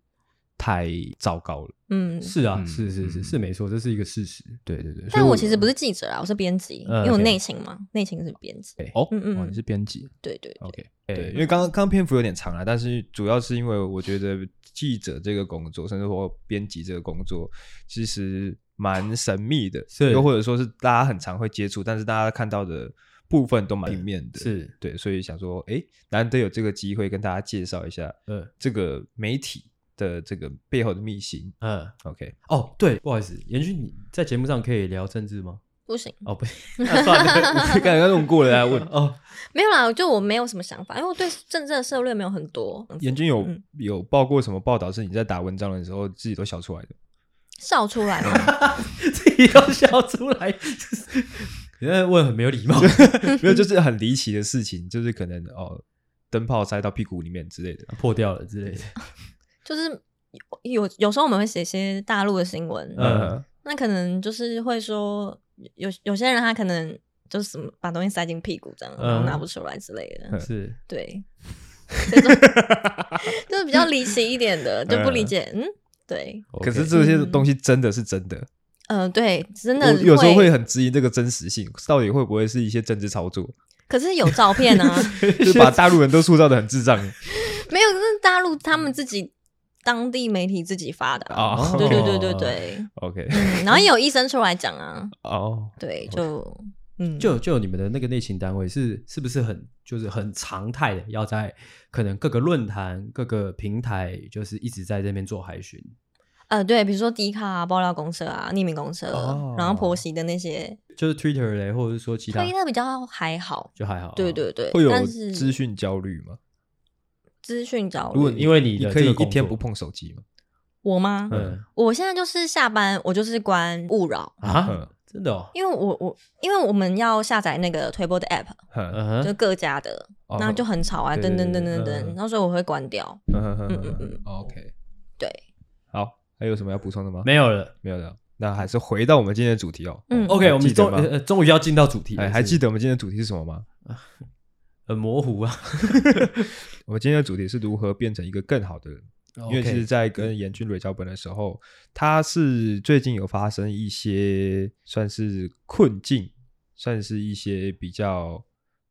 太糟糕了。嗯，是啊，嗯是是是嗯是没错，这是一个事实。对对对，所以但我其实不是记者啊，我是编辑，嗯因为我 OK 内勤嘛，内勤是编辑。哦，嗯嗯哦，你是编辑对对对，嗯，OK，对对，因为刚刚刚篇幅有点长了，但是主要是因为我觉得记者这个工作，甚至或编辑这个工作，其实蛮神秘 的，是又或者说是大家很常会接触，但是大家看到的部分都蛮平面的，是，对，所以想说，哎，难得有这个机会跟大家介绍一下嗯这个媒体的这个背后的秘辛嗯， ，OK，哦，对，不好意思，严俊，你在节目上可以聊政治吗？不行， 哦，不，那算了，刚才弄过了来问。哦， 没有啦，就我没有什么想法，因为我对政治的涉略没有很多。严军有嗯有报过什么报道是你在打文章的时候自己都笑出来的？ 笑出来嘛，自己都笑出来， 你在问很没有礼貌。 没有，就是很离奇的事情，就是可能哦，灯泡塞到屁股里面之类的。破掉了之类的，就是有有有时候我们会写一些大陆的新闻，嗯嗯，那可能就是会说有有些人他可能就是什么把东西塞进屁股这样，嗯然后拿不出来之类的，嗯是 对，这 种就是比较离奇一点的，就不理解，嗯，对，可是 OK 这些东西真的是真的，呃，对，真我的有时候会，很质疑这个真实性，到底会不会是一些政治操 作，可是有照 片啊，就把大陆人都塑造的很智 障没有，是大陆他们自己当地媒体自己发的啊、啊对对对对对， ？OK，嗯，然后也有医生出来讲啊， 哦，对，就嗯，就就你们的那个内勤单位是是不是很就是很常态的要在可能各个论坛、各个平台，就是一直在这边做海巡？呃，对，比如说迪卡啊、爆料公社啊、匿名公社，哦然后婆媳的那些就是 Twitter 嘞，或者是说其他推特比较还好，就还好。啊对，对对，哦会有但是资讯焦虑吗？资讯找如果因为你你的可这以个一工天作不碰手机吗？我吗？嗯我现在就是下班，我就是关勿扰，啊嗯，真的哦，因为我我因为我们要下载那个推播的 app，哼嗯就哼，各家的，哦那就很吵啊，对噔对噔对噔噔嗯嗯噔，那时候我会关掉，嗯哼哼嗯嗯嗯哼，OK，对，好，还有什么要补充的吗？没有了。没有了。那还是回到我们今天的主题哦。嗯 OK，我还们记得终吗呃终于要进到主题了哎，，还是不是记得我们今天的主题是什么吗？很模糊啊。我们今天的主题是如何变成一个更好的人。 因为其实， OK 在跟严俊蕊脚本的时候，他是最近有发生一些算是困境，算是一些比较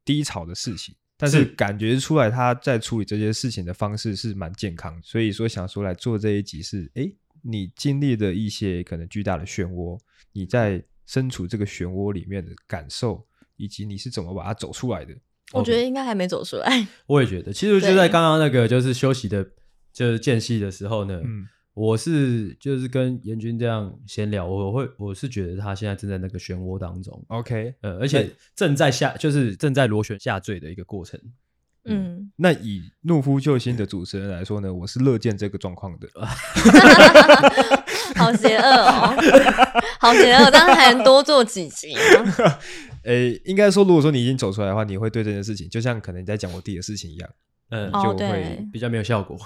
低潮的事情，但是是感觉出来他在处理这些事情的方式是蛮健康的，所以说想说来做这一集是，哎，你经历的一些可能巨大的漩涡，你在身处这个漩涡里面的感受，以及你是怎么把它走出来的。我觉得应该还没走 出来，我也觉得，其实就对在刚刚那个就是休息的，就是间隙的时候呢，嗯我是就是跟严军这样闲聊，我会我是觉得他现在正在那个漩涡当中， ，OK，呃，而且正在下就是正在螺旋下坠的一个过程。嗯，那以怒夫救星的主持人来说呢，我是乐见这个状况的。好邪恶 哦，好邪恶，但是还能多做几集啊，诶、应该说，如果说你已经走出来的话，你会对这件事情，就像可能你在讲我弟的事情一样，嗯， 哦就会对，比较没有效果，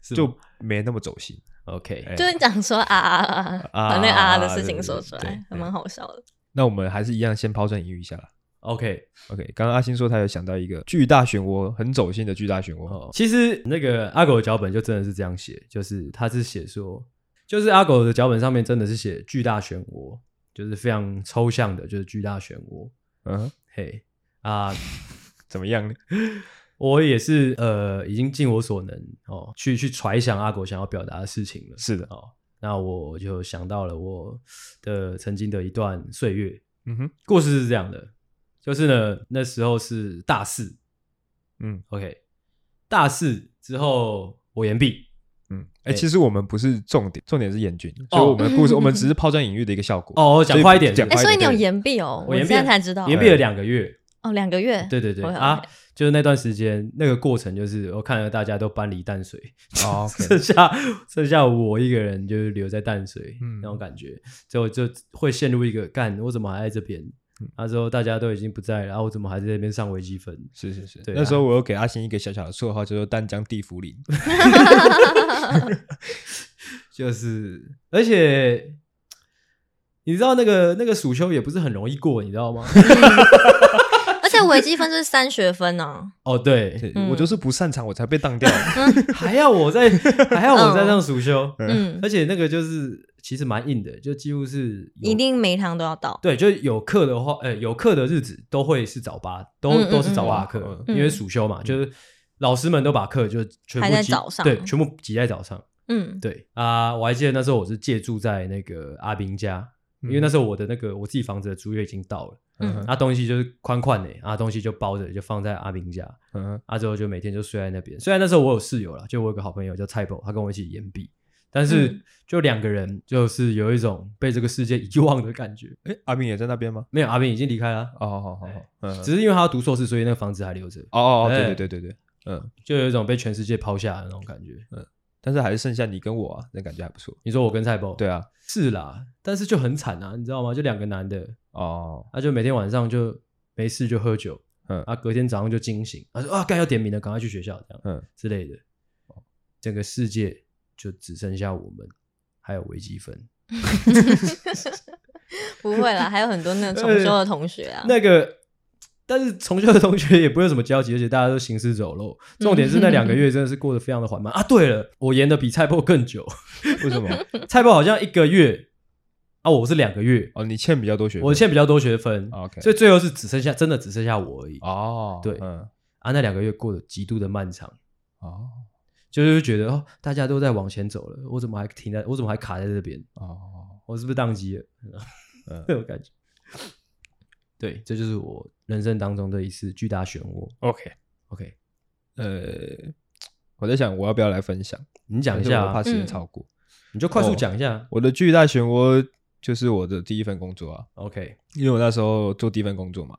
是就吗没那么走心。 OK，哎就是讲说啊啊啊啊，啊把那个啊啊的啊事对情对说对出对来，还蛮好笑的。那我们还是一样，先抛砖引玉一下啦。 OK， OK，刚刚阿星说他有想到一个巨大漩涡，很走心的巨大漩涡。哦，其实那个阿狗的脚本就真的是这样写，就是他是写说，就是阿狗的脚本上面真的是写巨大漩涡，就是非常抽象的，就是巨大漩涡。嗯哼，嘿啊，怎么样呢？我也是呃，已经尽我所能哦，去去揣想阿狗想要表达的事情了。是的，哦，那我就想到了我的曾经的一段岁月，嗯哼，故事是这样的，就是呢，那时候是大四嗯，OK，大四之后我延毕，嗯。哎哎、其实我们不是重点，重点是严峻，所以哦我们的故事，我们只是抛砖引玉的一个效果。哦讲快一点所以哎，讲快所以一你有点。延毕哦，我我延现毕在才知道，延毕了两个月，哦，两个月，对对对 OK，OK 啊，就是那段时间那个过程，就是我看了大家都搬离淡水，哦 OK 剩下剩下我一个人就是留在淡水，嗯那种感觉，就就会陷入一个干，我怎么还在这边？那时候大家都已经不在了，啊然后我怎么还在这边上微积分？是是是，对啊那时候我有给阿星一个小小的绰号，叫做“丹江地府林就是，而且你知道那个那个暑休也不是很容易过，你知道吗？而且微积分就是三学分啊 呢、哦，对，对嗯我就是不擅长，我才被当掉。还要我在还要我在上暑修，啊嗯，而且那个就是其实蛮硬的，就几乎是有一定每一堂都要到。对，就是有课的话，呃，有课的日子都会是早八，都嗯嗯都是早八嗯课，嗯因为暑修嘛，就是老师们都把课就全部排在挤早上啊对，全部挤在早上。嗯，对啊、我还记得那时候我是借住在那个阿兵家，因为嗯那时候我的那个我自己房子的租约已经到了，嗯嗯啊，东西就是宽宽的，啊，东西就包着就放在阿兵家，嗯，啊，之后就每天就睡在那边。虽然那时候我有室友了，就我有个好朋友叫蔡宝，他跟我一起研毕，但是嗯就两个人就是有一种被这个世界遗忘的感觉。哎，阿明也在那边吗？没有，阿兵已经离开了，啊哦，好好好，嗯，只是因为他要读硕士，所以那个房子还留着，哦哦哦，对哎对对对对，嗯，就有一种被全世界抛下的那种感觉。但是还是剩下你跟我啊，那感觉还不错。你说我跟蔡宝，对啊，是啦，但是就很惨啊，你知道吗？就两个男的，哦，他就每天晚上就没事就喝酒，嗯啊，隔天早上就惊醒，他说啊，该要点名了，赶快去学校这样，嗯之类的。整个世界就只剩下我们，还有微积分。不会啦，还有很多那哎 个重修的同学啊。那个，但是重修的同学也不会有什么交集，而且大家都行尸走肉。重点是那 两个月真的是过得非常的缓慢、啊。对了，我延的比蔡波更久，为 什么？蔡波好像一个月啊，我是两个月，哦，你欠比较多学分，我欠比较多学分， OK，所以最后是只剩下真的只剩下我而已哦，对嗯，啊。那两个月过得极度的漫长。哦就是觉得哦，大家都在往前走了，我怎么还停在，我怎么还卡在这边？哦，我是不是宕机了？ 嗯那种感觉。对，这就是我人生当中的一次巨大漩涡。 ，OK， OK，呃，我在想我要不要来分享，你讲一但是下我怕啊，时间嗯超过。你就快哦速讲一下。我的巨大漩涡就是我的第一份工作啊， OK，因为我那时候做第一份工作嘛，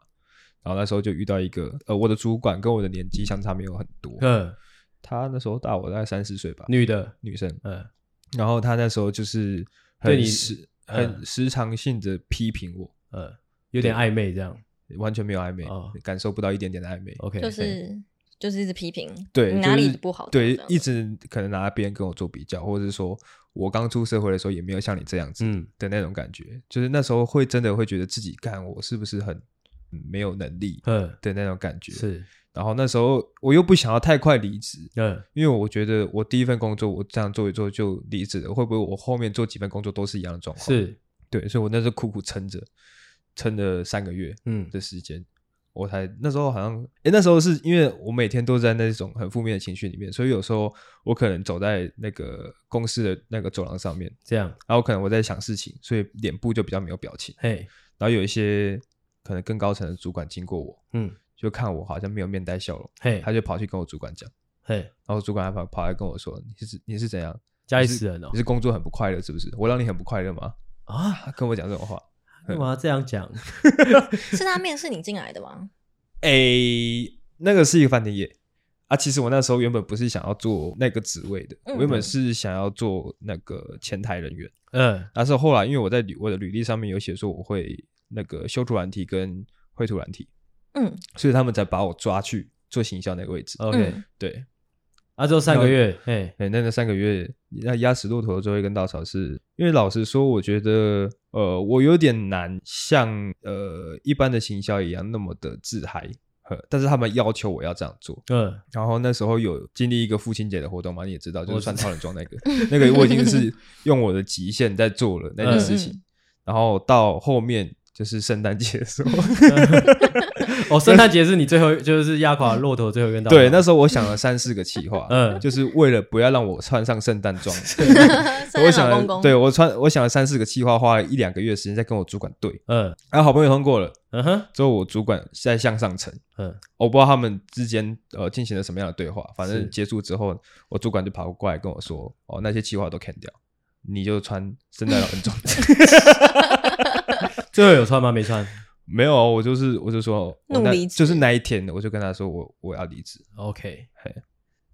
然后那时候就遇到一个呃，我的主管跟我的年纪相差没有很多，嗯，她那时候大我大概三四岁吧，女的，女生，嗯，然后她那时候就是对很你时嗯很时常性的批评我，嗯，有点暧昧这样。完全没有暧昧哦，感受不到一点点的暧昧， OK，就是就是一直批评，对，你就哪里是不好，对这，样一直可能拿别人跟我做比较，或者是说我刚出社会的时候也没有像你这样子嗯的那种感觉，就是那时候会真的会觉得自己干我是不是很嗯没有能力嗯，的那种感觉。是，然后那时候我又不想要太快离职，嗯，因为我觉得我第一份工作我这样做一做就离职了，会不会我后面做几份工作都是一样的状况？，是，对，所以我那时候苦苦撑着，撑了三个月，嗯，的时间，我才那时候好像，诶，那时候是因为我每天都在那种很负面的情绪里面，所以有时候我可能走在那个公司的那个走廊上面，这样。然后可能我在想事情，所以脸部就比较没有表情，嘿，然后有一些可能更高层的主管经过我，嗯，就看我好像没有面带笑容，嘿他，就跑去跟我主管讲，嘿，然后主管还跑跑来跟我说，你是你是怎样？家里死人哦你。是工作很不快乐是不是？我让你很不快乐吗？啊， 他跟我讲这种话，干嘛这样 讲？是他面试你进来的吗？诶，那个是一个饭店业啊。其实我那时候原本不是想要做那个职位的，嗯我原本是想要做那个前台人员。嗯，但是后来因为我在履我的履历上面有写说我会那个修图软体跟绘图软体， 嗯所以他们才把我抓去做行销那个位置。哦 OK 嗯对，啊，之后三个月，嘿，哎，那那三个月，那压死骆驼的最后一根稻草是，因为老实说，我觉得呃，我有点难像呃一般的行销一样那么的自嗨。呃但是他们要求我要这样做，嗯，然后那时候有经历一个父亲节的活动嘛，你也知道，就我是知穿道超人装那个，那个我已经是用我的极限在做了那件事情。嗯然后到后面就是圣诞节的时候，嗯哦，圣诞节是你最后就是压垮骆驼最后一根稻草。对，那时候我想了三四个企划，嗯就是为了不要让我穿上圣诞装，圣我诞想老公了，公，对我穿，我想了三四个企划，花了一两个月时间在跟我主管对，嗯然后好不容易通过了，嗯哼之后我主管在向上层，嗯我不知道他们之间呃进行了什么样的对话，反是正结束之后，我主管就跑过来跟我说：“哦，那些计划都 can 掉，你就穿圣诞老人装。最后有穿吗？没穿。” 没有啊，我就是我就说，我怒那离职就是那一天，我就跟他说我我要离职。 OK， 嘿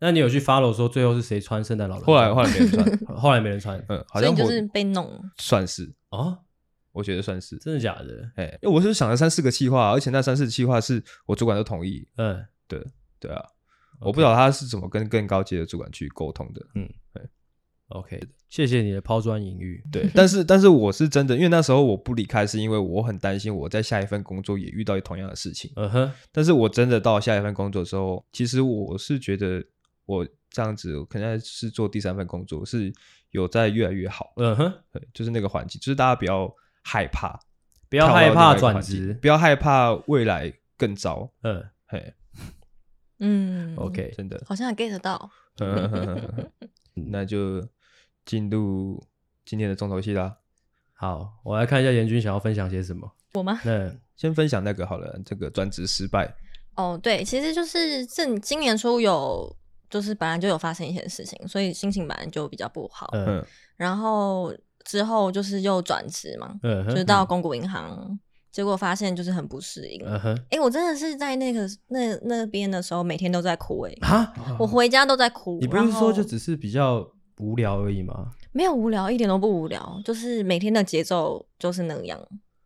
那你有去 follow 说最后是谁穿圣诞老人？后来后来没人 穿，来后来没人穿嗯，好所以像你我就是被弄。算是，哦，我觉得算是。真的假的？哎，因为我是想了三四个计划，而且那三四个计划是我主管都同意，嗯，对啊，我不知道他是怎么跟更高阶的主管去沟通的。嗯对， OK，谢谢你的抛砖引玉。对，但是但是我是真的，因为那时候我不离开，是因为我很担心我在下一份工作也遇到同样的事情。嗯哼，但是我真的到下一份工作之后，其实我是觉得我这样子，我现在是做第三份工作，是有在越来越好，嗯哼，对，就是那个环境，就是大家不要害怕，不不要害怕转职。不要害怕未来更糟，嗯嘿，嗯，OK，真 的，好像也 get 到，那就进入今天的重头戏啦。好，我来看一下严军想要分享些什么。我吗？那呃先分享那个好了，这个转职失败，哦，对，其实就是这今年初有，就是本来就有发生一些事情，所以心情本来就比较不好。嗯嗯，然后之后就是又转职嘛，嗯就是哼，到公股银行，结果发现就是很不适应。嗯哼，哎、我真的是在那个那那边的时候，每天都在哭哎、哈，我回家都在哭。啊你不然是说后就只是比较无聊而已吗？没有无聊，一点都不无聊，就是每天的节奏就是那样，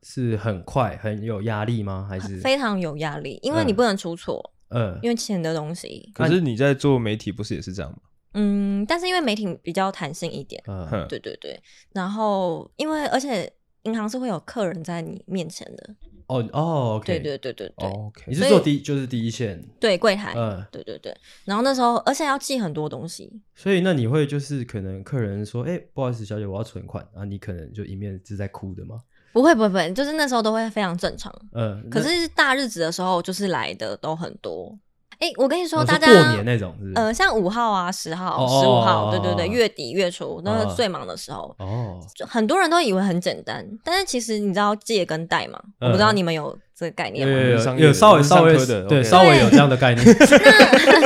是很快很有压力吗？还是啊非常有压力，因为你嗯不能出错，嗯因为钱的东西。可是你在做媒体不是也是这样吗？嗯，但是因为媒体比较弹性一点，嗯哼对对对。然后因为而且银行是会有客人在你面前的，哦哦，OK，对对对对对、哦，OK，你是做第就是第一线，对柜台，嗯，对对对。然后那时候而且要记很多东西，所以那你会就是可能客人说，哎、不好意思，小姐，我要存款，啊，你可能就一面是在哭的吗？不会不会不会，就是那时候都会非常正常。嗯、呃，可是大日子的时候，就是来的都很多。哎、我跟你那说，哦大家过年那种是不是呃，像五号啊、十号、哦十五号，哦对对哦对，月底月初那哦是最忙的时候，哦，就很多人都以为很简单，但是其实你知道借跟贷嘛，我不知道嗯你们有这个概念有吗？有我们上有有稍微我们上稍微科的对 OK 稍微有这样的概 念，那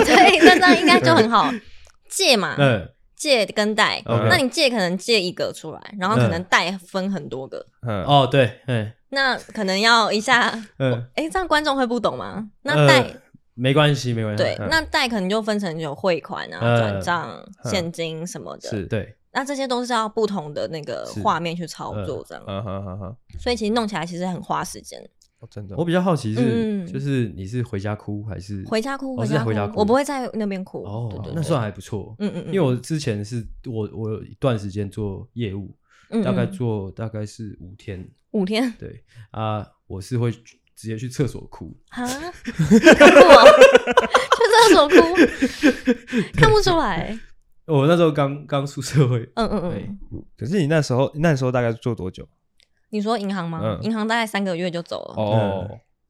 对，那这样应该就很好。借嘛，嗯借跟贷， OK 那你借可能借一个出来，然后可嗯能贷分很多个，嗯，哦对，嗯那可能要一下，哦嗯，哎，这样观众会不懂吗？那呃贷没关系没关系，对，那贷可能就分成有汇款啊、嗯转账、嗯现金什么的。是，对，那这些都是要不同的那个是画面去操作，这样。嗯哼哼哼，所以其实弄起来其实很花时间。哦真的，我比较好奇是、嗯就是你是回家哭还是回家哭，哦是在家回家我不会在那边哭。哦对对那对算还不错，嗯嗯因嗯，为我之前是我我有一段时间做业务，嗯大概嗯做大概是五天，五天对啊、我是会去直接去厕所哭， 啊，看过，哦 去厕所哭， 看不出来。 哦我那时候刚刚出社会，嗯嗯对嗯，，可是你那时候那时候大概做多久？你说银行吗？嗯银行大概三个月就走了。哦，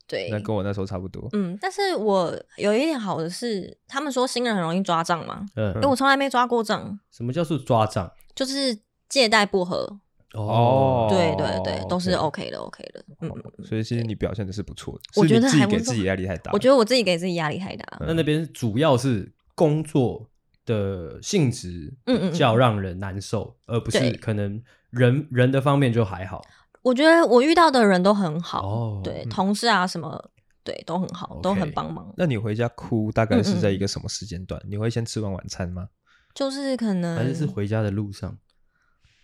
对那，跟我那时候差不多。嗯，但是我有一点好的是，他们说新人很容易抓账嘛，嗯，因为我从来没抓过账，什么叫做抓账？就是借贷不合。哦对对对，都是 OK OK 的，OK 的。嗯嗯，嗯哦所以其实你表现的是不错的，我是你觉得自己还不给错自己压力太大。我觉得嗯我自己给自己压力太大。嗯那那边主要是工作的性质，嗯嗯嗯较让人难受，而不是对可能人人的方面就还好。我觉得我遇到的人都很好，哦对，嗯同事啊什么，对，都很好 OK 都很帮忙。那你回家哭大概是在嗯嗯一个什么时间段？你会先吃完晚餐吗？就是可还能是是回家的路上，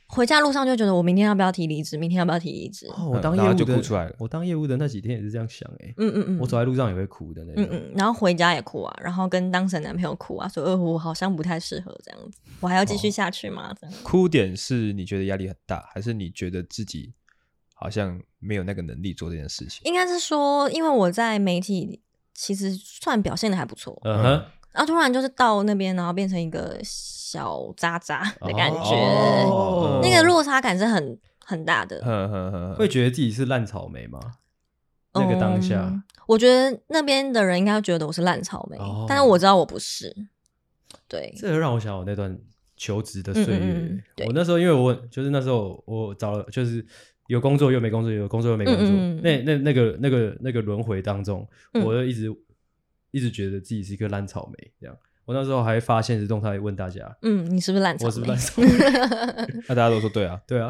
回家路上就觉得我明天要不要提离职，明天要不要提离职？哦，我嗯当业然后务就的哭出来了我当业务的那几天也是这样想，哎，嗯嗯嗯，我走在路上也会哭的那种。嗯嗯，然后回家也哭啊，然后跟当时的男朋友哭啊，说呃我好像不太适合这样子，我还要哦继续下去吗？这样哭点是你觉得压力很大，还是你觉得自己好像没有那个能力做这件事情？应该是说，因为我在媒体其实算表现的还不错，嗯哼，然后突然就是到那边，然后变成一个小渣渣的感觉，哦那个落差感是很很大的。哼哼哼，会觉得自己是烂草莓吗？那个当下嗯，我觉得那边的人应该会觉得我是烂草莓，哦但是我知道我不是。对，这就让我想到我那段求职的岁月。嗯嗯嗯对我那时候因为我就是那时候我找了就是。有工作又没工作，有工作又没工作，嗯嗯嗯那那那个那个那个轮回当中，嗯我就一直一直觉得自己是一个烂草莓这样。我那时候还发现实动态问大家，嗯，你是不是烂草莓？我是不是烂草 莓？那大家都说对啊，对啊，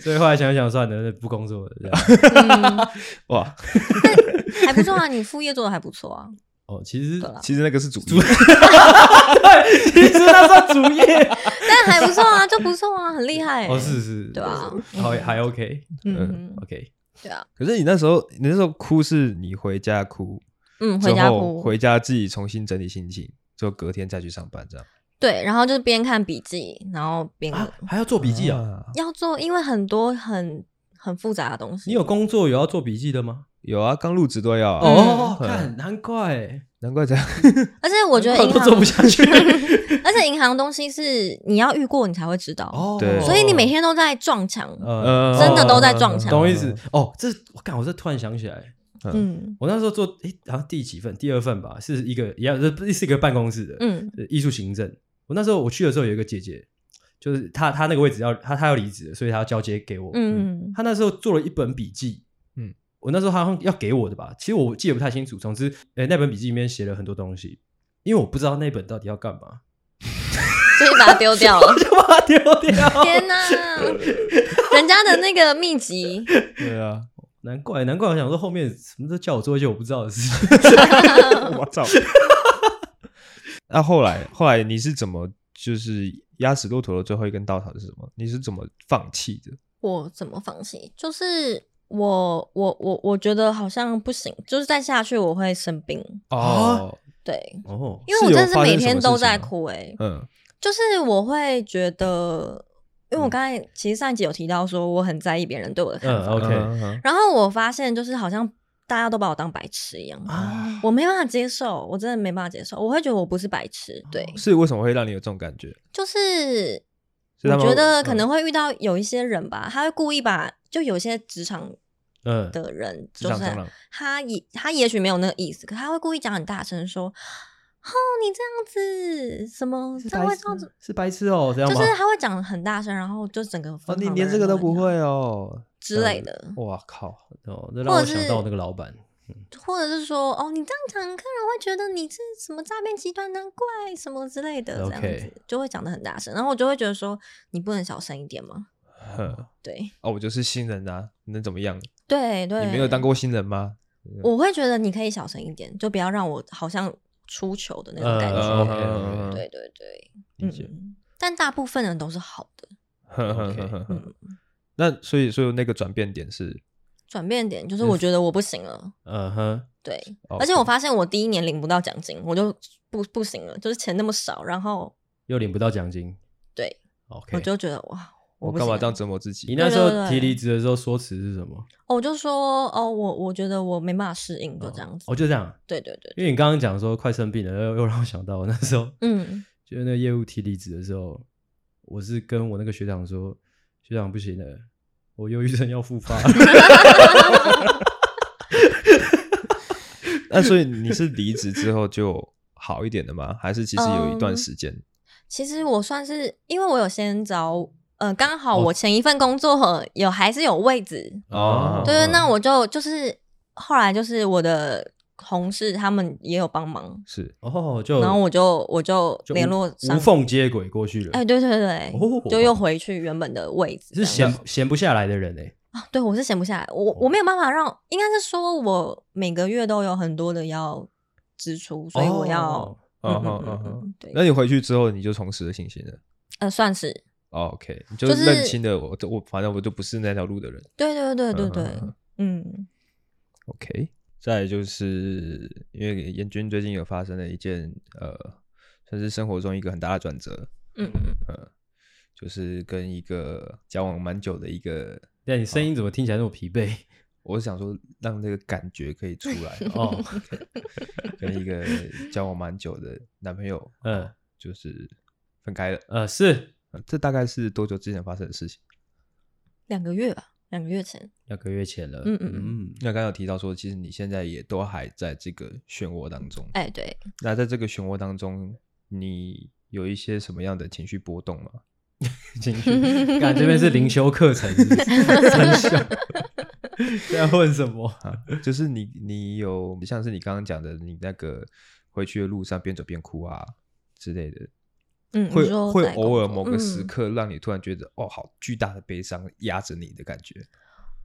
所以后来想一想算了，不工作了 这样。哇，嗯还不错啊，你副业做的还不错啊。哦，其实其实那个是主意，其实那算主业，但还不错啊，就不错啊，很厉害、 欸。哦是是，对啊还还 OK 嗯， OK，对啊，可是你那时候，你那时候哭是你回家哭，嗯，之回家后哭，回家自己重新整理心情，之后隔天再去上班这样。对，然后就是边看笔记，然后边、啊，还要做笔记啊？啊要做，因为很多很很复杂的东西。你有工作有要做笔记的吗？有啊，刚入职都要啊，哦，嗯看难怪，难怪这样。而且我觉得难银怪都做不下行，去。而且银行东西是你要遇过你才会知道，哦，对所以你每天都在撞墙。嗯呃真的都在撞墙懂意思？哦，这我干，我这突然想起来，嗯我那时候做诶，好像第几份，第二份吧，是一个一样，这是一个办公室的，嗯呃艺术行政。我那时候我去的时候有一个姐姐，就是她她那个位置要她她要离职了，所以她要交接给我。嗯，她那时候做了一本笔记，嗯，我那时候好像要给我的吧，其实我记得不太清楚。总之，诶、那本笔记里面写了很多东西，因为我不知道那本到底要干嘛，所以把它丢 掉了我。就把它丢掉。天哪，人家的那个秘籍，对 啊，难怪难怪，我想说后面什么都叫我做一些我不知道的事情。 我操！ 那后来后来你是怎么就是压死骆驼的最后一根稻草是什么？你是怎么放弃的？我怎么放弃？就是我我我我觉得好像不行，就是再下去我会生病。哦，对，哦，因为我真的是每天都在是有发生什么事情吗哭哎、嗯，就是我会觉得，因为我刚才其实上一集有提到说我很在意别人对我的看嗯法， ，OK，嗯嗯然后我发现就是好像大家都把我当白痴一样，啊我没办法接受，我真的没办法接受，我会觉得我不是白痴，对，是为什么会让你有这种感觉？就是是他我们嗯觉得可能会遇到有一些人吧，他会故意把就有些职场嗯，的人，职就场是蟑螂他也他也许没有那个意思，可他会故意讲很大声说。哦，你这样子，什么这样会这样子，是白痴哦，这样就吗？是他会讲得很大声，然后就整个哦，疯你狂的连这个人都不很会哦。之类的，哇靠！哦，那让或我者想是到那个老板，或者是说哦，你这样讲，客人会觉得你是什么诈骗集团，难怪什么之类的，这样 OK 子就会讲的很大声，然后我就会觉得说，你不能小声一点吗？哼对哦，我就是新人啊，能怎么样？你对对，没有当，过新人吗？我会觉得你可以小声一点，就不要让我好像出糗的那种感嗯觉。嗯嗯对对对，理解嗯，但大部分人都是好的。哼哼 OK，哼哼嗯，那所以所以那个转变点是，转变点就是我觉得我不行了，嗯哼，对， 哦而且我发现我第一年领不到奖金，我就不不行了，就是钱那么少，然后又领不到奖金对，OK，我就觉得哇，我不干行嘛了这样折磨自己你？那时对候对提对离职的时候说辞是什么？哦，我就说哦，我我觉得我没办法适应，就这样子。哦，就这样，对对对，因为你刚刚讲说快生病了，又又让我想到我那时候，嗯 就是那个业务提离职的时候，我是跟我那个学长说，学长不行了，我忧郁症要复发了，那所以你是离职之后就好一点的吗？还是其实有一嗯段时间？其实我算是因为我有先找，呃，刚好哦我前一份工作有还是有位置，哦对对，那我我就就是后来就是我的同事他们也有帮忙，是哦就然后我就我就就联无络上无，缝接轨过去了哎，，对对对哦，就又回去原本的位置，是这闲哦样子闲不下来的人哎，啊，对我是闲不下来，我我没有办法让，应该是说我每个月都有很多的要支出，所以我要。哦嗯嗯哼嗯嗯嗯哼。嗯，对，那你回去之后，你就重拾了信心了。呃，算是，哦 OK，你就就是认清了我，我反正我就不是那条路的人。对对对对对嗯，嗯， OK，再来就是因为严君最近有发生了一件呃，算是生活中一个很大的转折，嗯嗯，就是跟一个交往蛮久的一个，但你声音怎么听起来那么疲惫？我想说让这个感觉可以出来哦，跟一个交往蛮久的男朋友，嗯就是分开了。呃是呃这大概是多久之前发生的事情？两个月吧，两个月前，两个月前了，嗯嗯嗯嗯那刚刚有提到说，其实你现在也都还在这个漩涡当中。哎，对，那在这个漩涡当中，你有一些什么样的情绪波动吗？ 进去。看这边是灵修课程是不是， 真相。在问什么？啊，就是你你有像是你刚刚讲的，你那个回去的路上边走边哭啊之类的，嗯，你会说会在偶尔工某作个时，嗯刻让你突然觉得、哦，好巨大的悲伤压着你的感觉。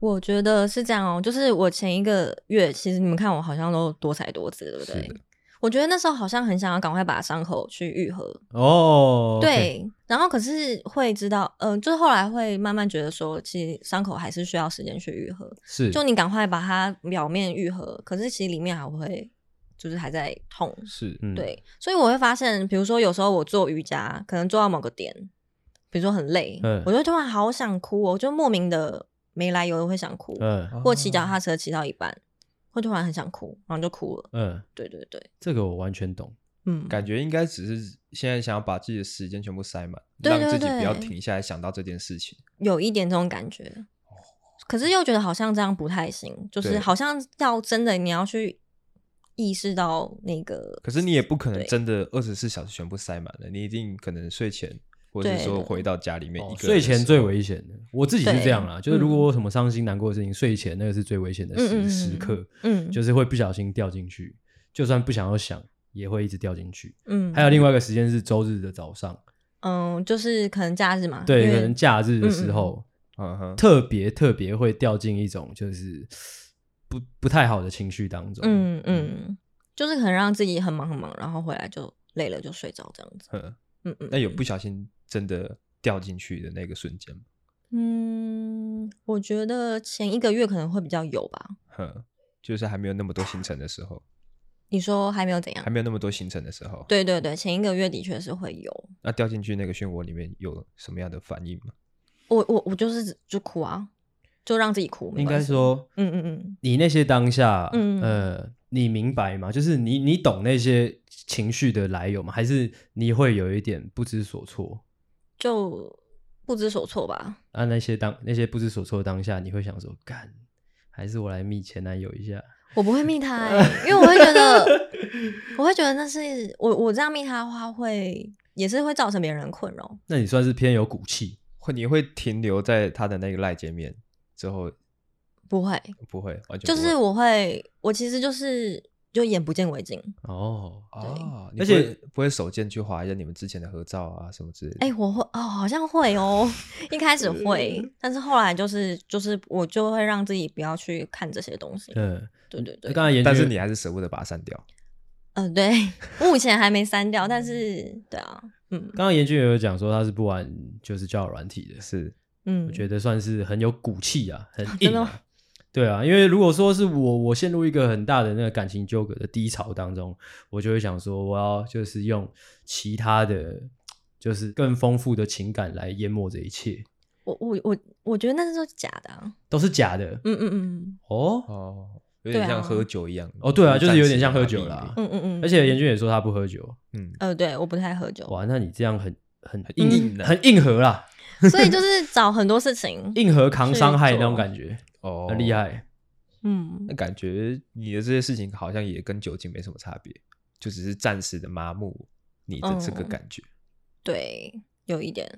我觉得是这样哦，就是我前一个月，其实你们看我好像都多才多姿，对不是对？我觉得那时候好像很想要赶快把伤口去愈合，哦，对，然后可是会知道，嗯、就是后来会慢慢觉得说，其实伤口还是需要时间去愈合，是就你赶快把它表面愈合，可是其实里面还会就是还在痛。是，嗯，对，所以我会发现，比如说有时候我做瑜伽，可能做到某个点，比如说很累，嗯我就突然好想哭哦，我就莫名的没来由的会想哭，嗯或骑脚哦踏车骑到一半，会突然很想哭，然后就哭了。嗯，对对对，这个我完全懂。嗯，感觉应该只是现在想要把自己的时间全部塞满，对让自对己不对要停下来想到这件事情。有一点这种感觉，可是又觉得好像这样不太行，就是对好像要真的你要去意识到那个，可是你也不可能对真的二十四小时全部塞满了，你一定可能睡前或者是对说的回到家里面一哦个人睡的时前候最危险的，我自己是对这样啦，就是如果嗯我有什么伤心难过的事情，睡前那个是最危险的时嗯嗯嗯时刻，嗯，就是会不小心掉进去，就算不想要想，也会一直掉进去。嗯，还有另外一个时间是周日的早上，嗯，就是可能假日嘛，对，因可为能假日嗯的时候，嗯哼，特别特别会掉进一种就是不不太好的情绪当中。嗯嗯，就是可能让自己很忙很忙，然后回来就累了就睡着这样子。嗯嗯嗯，那有嗯不小心真的掉进去的那个瞬间吗？嗯，我觉得前一个月可能会比较有吧。哼，就是还没有那么多行程的时候，你说还没有怎样还？没有那么多行程的时候，对对对，前一个月的确是会有。那掉进去那个漩涡里面有什么样的反应吗？我我我就是就哭啊，就让自己哭。没应该关系，说，嗯嗯嗯，你那些当下，嗯呃，你明白吗？就是你你懂那些情绪的来由吗？还是你会有一点不知所措？就不知所措吧。啊，那些当那些不知所措的当下，你会想说，干，还是我来密前男友一下？我不会密他、欸，因为我会觉得，我会觉得那是我我这样密他的话会也是会造成别人的困扰。那你算是偏有骨气，会你会停留在他的那个赖界面之后？不会，不会，完全就不会是我会，我其实就是就眼不见为净。哦，哦，而而且且不会手贱去划一下你们之前的合照啊什么之类的。哎、我会哦，好像会哦，一开始会，但是后来就是就是我就会让自己不要去看这些东西。嗯，对对那对，刚才研究，但是你还是舍不得把它删掉。嗯、对，目前还没删掉，但是对啊，嗯刚刚研究员有讲说他是不玩就是交友软体的，是，嗯，我觉得算是很有骨气啊，很真硬、的啊。对啊，因为如果说是我，我陷入一个很大的那个感情纠葛的低潮当中，我就会想说，我要就是用其他的，就是更丰富的情感来淹没这一切，我我我我觉得那是都是假的、啊，都是假的嗯嗯嗯哦哦，有对点像啊喝酒一样。哦，对啊，就是有点像喝暂时酒麻痹啦。嗯嗯嗯，而且严俊也说他不喝酒，你。嗯，呃对，我不太喝酒，哇，那你这样很很硬硬硬啊很硬核啦，所以就是找很多 事情，硬核扛伤害那种是感觉，哦，很厉。害。嗯那感觉你的这些事情好像也跟酒精没什么差别，就只是暂时的麻木你的这个嗯感觉。对，有一点，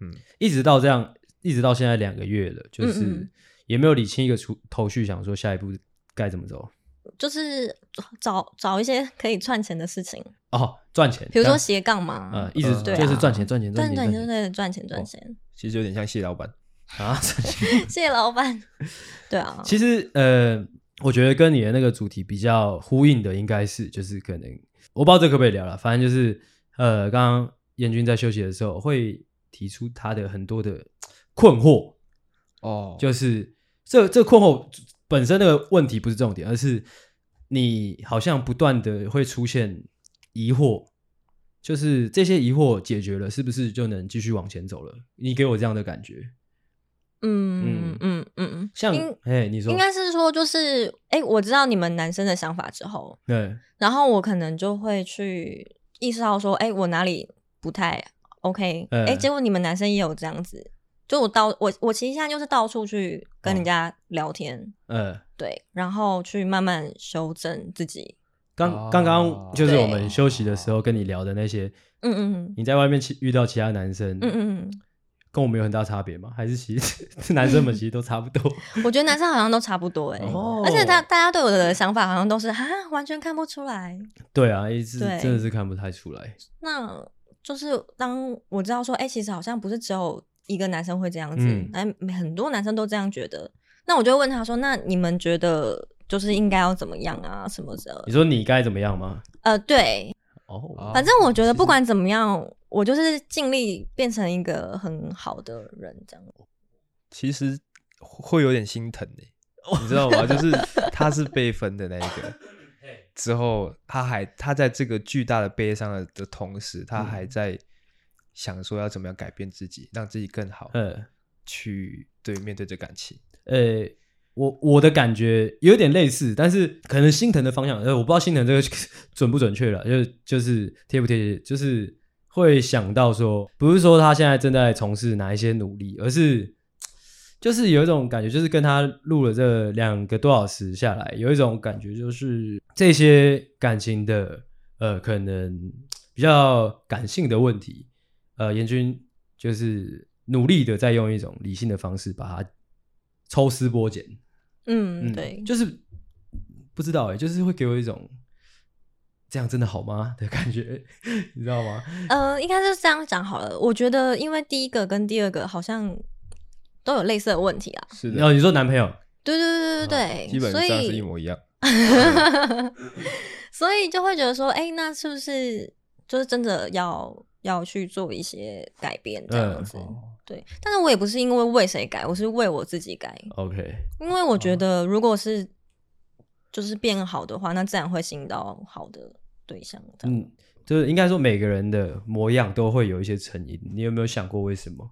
嗯，一直到这样，一直到现在两个月了，就嗯是嗯也没有理清一个出头绪，想说下一步该怎么走。就是找找一些可以赚钱的事情，哦，赚钱，比如说刚斜杠嘛，呃，一直嗯对啊就是赚钱，赚钱，赚赚钱，钱就是钱为了赚钱赚钱。其实有点像谢老板。啊！赚钱谢谢 老板。对啊，其实呃，我觉得跟你的那个主题比较呼应的，应该是就是可能我不知道这可不可以聊了，反正就是呃，刚刚燕君在休息的时候会提出他的很多的困惑，哦就就是这这困惑本身那个问题不是重点，而是你好像不断的会出现疑惑，就是这些疑惑解决了，是不是就能继续往前走了？你给我这样的感觉，嗯嗯嗯，像应哎，你说应该是说就是，哎、我知道你们男生的想法之后，对，然后我可能就会去意识到说，哎、我哪里不太 OK，哎、嗯结果你们男生也有这样子，就我到我我其实现在就是到处去跟哦人家聊天，呃，对，然后去慢慢修正自己。刚哦刚刚就是对我们休息的时候跟你聊的那些，嗯嗯你在外面其遇到其他男生，嗯嗯嗯跟我们有很大差别吗？还是其实 男生们其实都差不多？ 嗯，我觉得男生好像都差不多哎、哦而且他大家对我的想法好像都是哈，完全看不出来。对啊，一直对真的是看不太出来。那就是当我知道说，哎、其实好像不是只有一个男生会这样子嗯，哎、很多男生都这样觉得。那我就问他说，那你们觉得就是应该要怎么样啊，什么的你？说你该怎么样吗？呃，对，哦哦，反正我觉得不管怎么样，我就是尽力变成一个很好的人，这样。其实欸会有点心疼呢、你知道吗？就是他是被分的那一个，之后，他还他在这个巨大的悲伤的的同时，他还在想说要怎么样改变自己，让自己更好，呃去对面对这感情。呃，我我的感觉有点类似，但是可能心疼的方向，呃，我不知道心疼这个 准不准确了，就是就是贴不贴切，就是会想到说，不是说他现在正在从事哪一些努力，而是就是有一种感觉，就是跟他录了这两个多小时下来，有一种感觉就是这些感情的呃，可能比较感性的问题，呃，严军就是努力的在用一种理性的方式把它抽丝剥茧，嗯，对，就是不知道哎、就是会给我一种这样真的好吗的感觉， 你知道吗？呃，应该是这样讲好了。我觉得，因为第一个跟第二个好像都有类似的问题啊。是然后，你说男朋友，对对对对对，啊基本所上是一以模一样。 所以就会觉得说，哎、那是不是就是真的要要去做一些改变这样嗯子？哦对，但是我也不是因为为谁改，我是为我自己改， ，OK，因为我觉哦得如果是就是变好的话，那自然会吸引到好的对象。这样嗯，就是应该说每个人的模样都会有一些成因，你有没有想过为什么？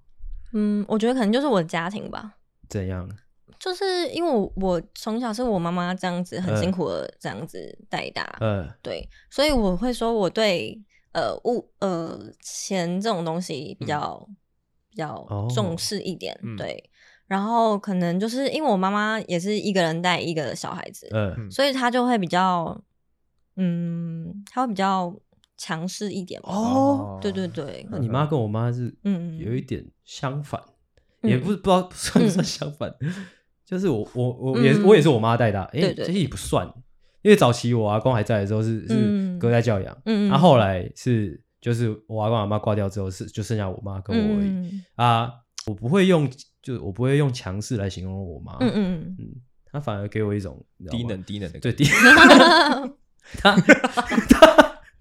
嗯，我觉得可能就是我的家庭吧。怎样？就是因为我我从小是我妈妈这样子很嗯辛苦的这样子带大，呃，对，所以我会说我对呃物呃钱这种东西比较、比较嗯哦重视一点，嗯对。然后可能就是因为我妈妈也是一个人带一个小孩子，呃，嗯所以她就会比较嗯，她会比较强势一点吧。哦对对对，那你妈跟我妈是嗯有一点相反，嗯嗯也不是不知道算不算相反，就是我我我也是、我也是我妈带大，哎、对对这也不算，因为早期我阿公还在的时候是是嗯隔代教养，嗯，然、后后来是就是我阿公阿妈挂掉之后是就剩下我妈跟嗯我而已、啊，我不会用就我不会用强势来形容我妈，嗯嗯她反而给我一种你知道吗低能低能的感对觉低，嗯，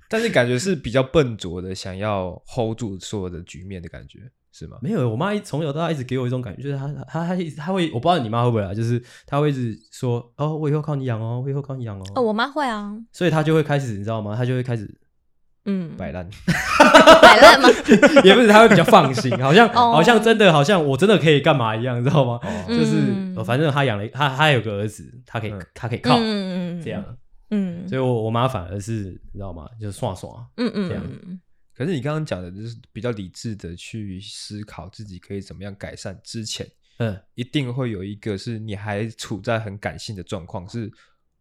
但是感觉是比较笨拙的，想要 hold 住所有的局面的感觉，是吗？ 没有，我妈一从小到大一直给我一种感觉，就是她她她她会，我不知道你妈会不会啊，就是她会一直说哦，我以后靠你养哦，我以后靠你养哦，哦，我妈会啊，所以她就会开始，你知道吗？她就会开始， 嗯，摆烂，摆烂吗？也不是她会比较放心，好像、哦好像真的好像我真的可以干嘛一样，你知道吗？哦，就是、嗯呃反正她养了她她有个儿子，她可以、嗯她可以靠、嗯嗯嗯这样，嗯，所以我我妈反而是你知道吗？就是啊刷刷，嗯嗯这样嗯可是你刚刚讲的就是比较理智的去思考自己可以怎么样改善之前，嗯一定会有一个是你还处在很感性的状况，是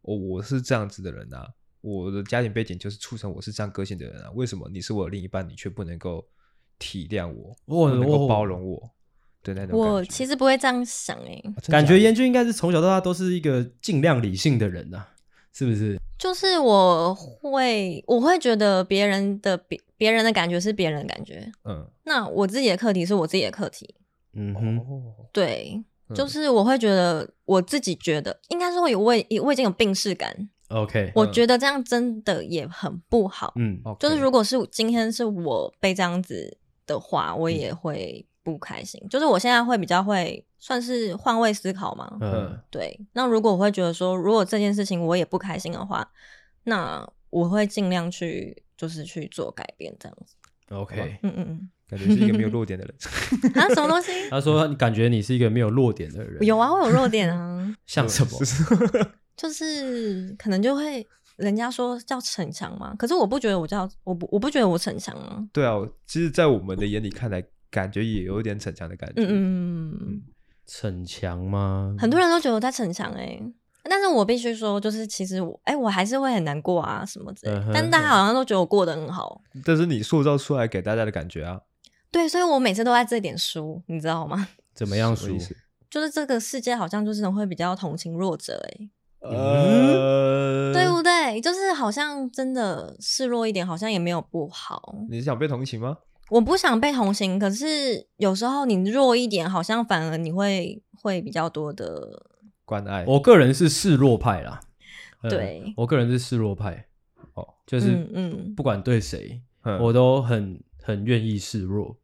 我、我是这样子的人啊，我的家庭背景就是促成我是这样个性的人啊，为什么你是我的另一半，你却不能够体谅我，我不能够我包容我的那种哦我感觉其实不会这样想哎、啊真的感假觉的严俊应该是从小到大都是一个尽量理性的人呐、啊是不是？就是我会我会觉得别人的别别人的感觉是别人的感觉，嗯那我自己的课题是我自己的课题，嗯哼，哦对，嗯就是我会觉得我自己觉得应该是会有我已我已经有病视感， ，OK，我嗯觉得这样真的也很不好，嗯， OK 就是如果是今天是我被这样子的话，我嗯也会不开心，就是我现在会比较会算是换位思考嘛，嗯对，那如果我会觉得说，如果这件事情我也不开心的话，那我会尽量去就是去做改变，这样子。 ，OK。嗯嗯感觉是一个没有弱点的人。嗯。啊，什么东西？ 他说：“你感觉你是一个没有弱点的人，有啊，我有弱点啊， 像什 么？就是可能就会人家说叫逞强嘛，可是我不觉得我叫我不我不觉得我逞强啊。对啊，我其实，在我们的眼里看来，感觉也有一点逞强的感觉。嗯嗯嗯，逞强吗？很多人都觉得我在逞强哎、但是我必须说，就是其实我哎、我还是会很难过啊什么之类的嗯哼但大家好像都觉得我过得很好，但是你塑造出来给大家的感觉啊，对，所以我每次都在这点输，你知道吗？怎么样什么输意？思？就是这个世界好像就是会比较同情弱者、欸，嗯呃，对不对？就是好像真的示弱一点，好像也没有不好。你是想被同情吗？我不想被同情，可是有时候你弱一点，好像反而你会会比较多的，关爱，我个人是示弱派啦。嗯对我个人是示弱派。哦，就嗯是嗯，不管对谁，嗯我都很很愿意示弱。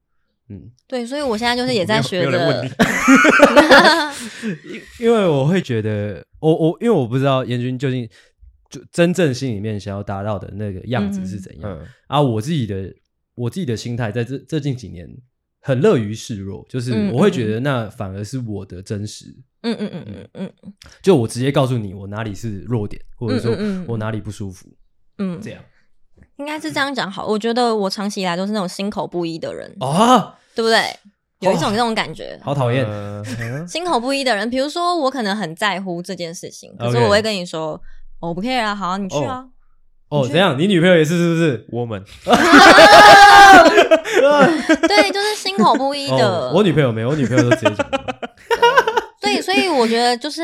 嗯，对，所以我现在就是也在学没有人着问你，因因为我会觉得，我我因为我不知道严军究竟就真正心里面想要达到的那个样子是怎样。嗯啊，我自己的我自己的心态，在这这近几年很乐于示弱，就是嗯我会觉得那反而是我的真实， 嗯嗯嗯嗯嗯就我直接告诉你我哪里是弱点，或者嗯嗯说嗯我哪里不舒服，嗯，这样应该是这样讲好。我觉得我长期以来都是那种心口不一的人，嗯啊，对不对？有一种哦这种感觉，好讨厌，呃 心口不一的人。比如说，我可能很在乎这件事情，可是 OK 我会跟你说，哦我不 care 啊，好啊，你去啊。哦，怎样？你女朋友也是是不是？ ，woman， 对，就是心口不一 的。哦，我女朋友没有，我女朋友都直接讲， 对，所以我觉得就是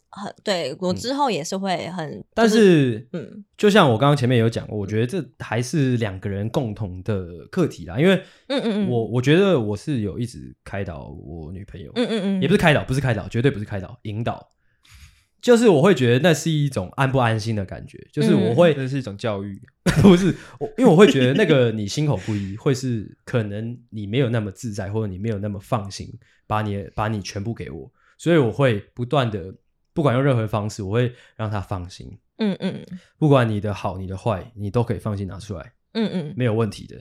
很对我之后也是会很， 但是嗯就像我刚刚前面有讲，我觉得这还是两个人共同的课题啦，因为嗯嗯嗯，我我觉得我是有一直开导我女朋友，嗯嗯嗯，也不是开导，不是开导，绝对不是开导，引导，就是我会觉得那是一种安不安心的感觉，就是我会、这嗯是一种教育。 不是我，因为我会觉得那个你心口不一，会是可能你没有那么自在，或者你没有那么放心，把你把你全部给我，所以我会不断的，不管用任何方式，我会让他放心，嗯嗯嗯不管你的好，你的坏，你都可以放心拿出来，嗯嗯。没有问题的。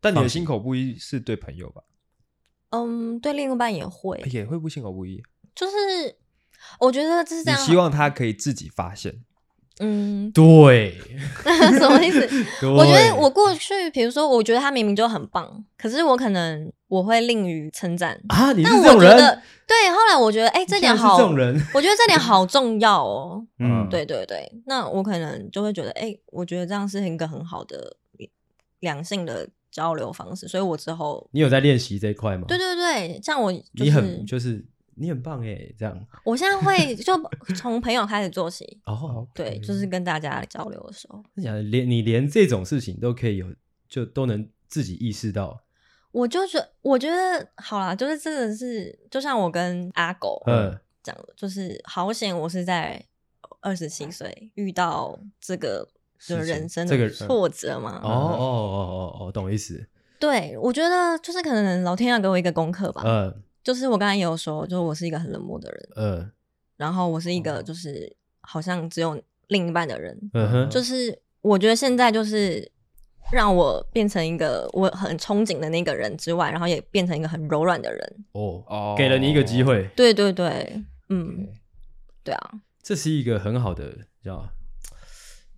但你放的心，心口不一是对朋友吧？嗯，对另一半也会，也会不心口不一，就是我觉得这是这你样，啊希望他可以自己发现。嗯对，什么意思？ 对我觉得我过去，比如说，我觉得他明明就很棒，可是我可能我会吝于称赞。啊，你是但这我种觉人，得，对，后来我觉得，哎、这竟然点是好，这种人，我觉得这点好重要哦。嗯，嗯对对对，那我可能就会觉得，哎、我觉得这样是一个很好的良性的交流方式，所以我之后，你有在练习这一块吗？对对对，像我、就是，你很就是你很棒哎，这样我现在会就从朋友开始做起，哦，对，就是跟大家交流的时候，真假的连你连这种事情都可以有，就都能自己意识到，我就觉我觉得好啦，就是真的是，就像我跟阿狗嗯讲的，就是好险我是在二十七岁遇到这个事就情人生这个的挫折嘛。哦哦哦哦哦，懂意思，对，我觉得就是可能老天要给我一个功课吧。嗯就是我刚才也有说，就是我是一个很冷漠的人，嗯然后我是一个就是好像只有另一半的人，哦嗯哼，就是是我觉得现在就是让我变成一个我很憧憬的那个人之外，然后也变成一个很柔软的人。哦，哦给了你一个机，会，对对对，嗯，对啊，这是一个很好的叫。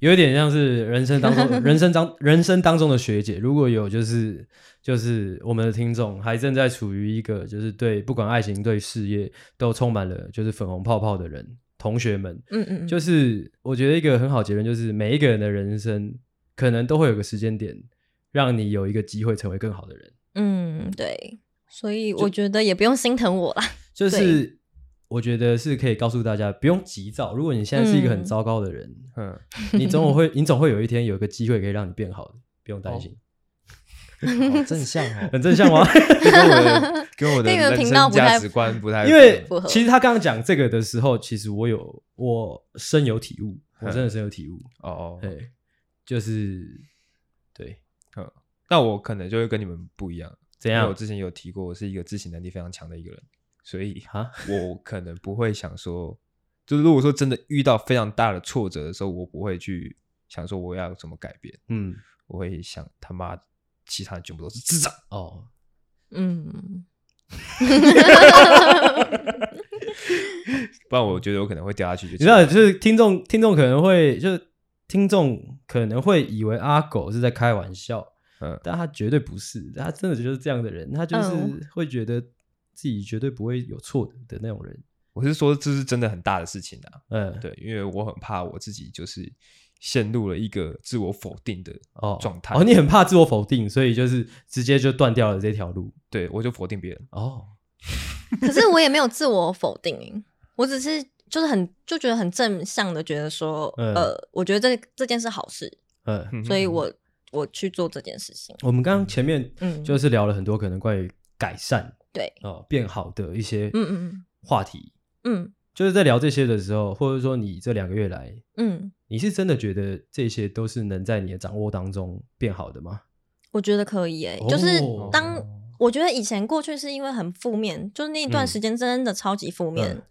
有一点像是人生当 中，人生当人生当中的学姐，如果有就是就是我们的听众还正在处于一个就是对不管爱情对事业都充满了就是粉红泡泡的人，同学们，嗯嗯，嗯就是我觉得一个很好结论就是，每一个人的人生可能都会有个时间点，让你有一个机会成为更好的人。嗯对，所以我觉得也不用心疼我啦。就是我觉得是可以告诉大家，不用急躁。如果你现在是一个很嗯糟糕的人， 嗯，你总有会，你总会有一天有一个机会可以让你变好的，不用担心。哦好正向 哦，很正向 吗？跟我的跟我的这个人频道生不太价值观不太因为符合其实他刚刚讲这个的时候，其实我有我深有体悟，我真的深有体悟。哦哦，对，就是对，那我可能就会跟你们不一样，怎因为我样之前有提过，我是一个自省能力非常强的一个人，所以啊？我可能不会想说，就是如果说真的遇到非常大的挫折的时候，我不会去想说我要怎么改变，嗯，我会想他妈其他人全部都是智障。哦，嗯， 不然我觉得我可能会掉下去就。你知道，就是听众听众可能会就是听众可能会以为阿狗是在开玩笑，嗯但他绝对不是，他真的就是这样的人，他就是嗯会觉得自己绝对不会有错的那种人。我是说这是真的很大的事情啊，嗯，，对，因为我很怕我自己就是陷入了一个自我否定的哦，状态哦，你很怕自我否定，所以就是直接就断掉了这条路。对我就否定别人，哦，可是我也没有自我否定，我只是就是很就觉得很正向的，觉得说，嗯呃，我觉得这这件事好事，嗯，嗯所以我我去做这件事情。我们刚刚前面嗯，就是聊了很多可能关于改善对，哦变好的一些嗯嗯话题，嗯就是在聊这些的时候，或者说你这两个月来嗯嗯，你是真的觉得这些都是能在你的掌握当中变好的吗？我觉得可以诶、哦就是哦当我觉得以前过去是因为很负面，就是那一嗯段时间真的超级负面。嗯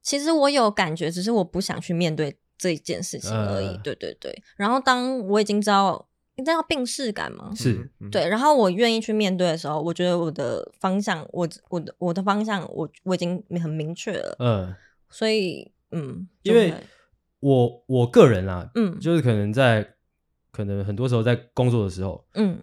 其实我有感觉，只是我不想去面对这件事情而已。嗯对对对。然后当我已经知道，你知道病视感吗？是，嗯，对，然后我愿意去面对的时候，我觉得我的方向，我我的我的方向，我我已经很明确了，嗯，所以嗯，因就为会我我个人啊，嗯就是可能在可能很多时候在工作的时候，嗯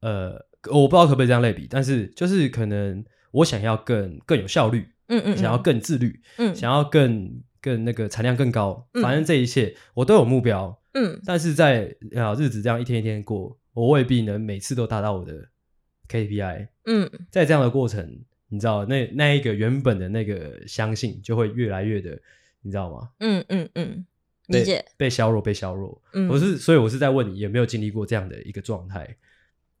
呃，我不知道可不可以这样类比，但是就是可能我想要更更有效率，嗯嗯，想要更自律，嗯想要更更那个产量更高，嗯反正这一切我都有目标，嗯但是在啊日子这样一天一天过，我未必能每次都达到我的 KPI。嗯在这样的过程，你知道那那一个原本的那个相信就会越来越的，你知道吗？嗯嗯嗯，理被解。被削弱，被削弱。嗯，我是所以我是在问你有没有经历过这样的一个状态，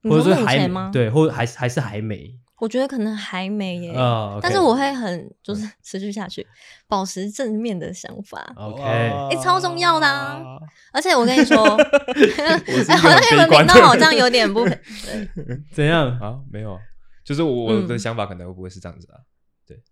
你或者说说目还前没吗？，对，或者还是还是还没我觉得可能还没耶。啊？OK？但是我会很就是持续下去，保持正面的想法， OK，欸超重要的啊而且我跟你说，好个像很你悲们观的频道人 好像有点不，对怎样？啊，没有啊，就是我我的嗯想法可能不会是这样子啊，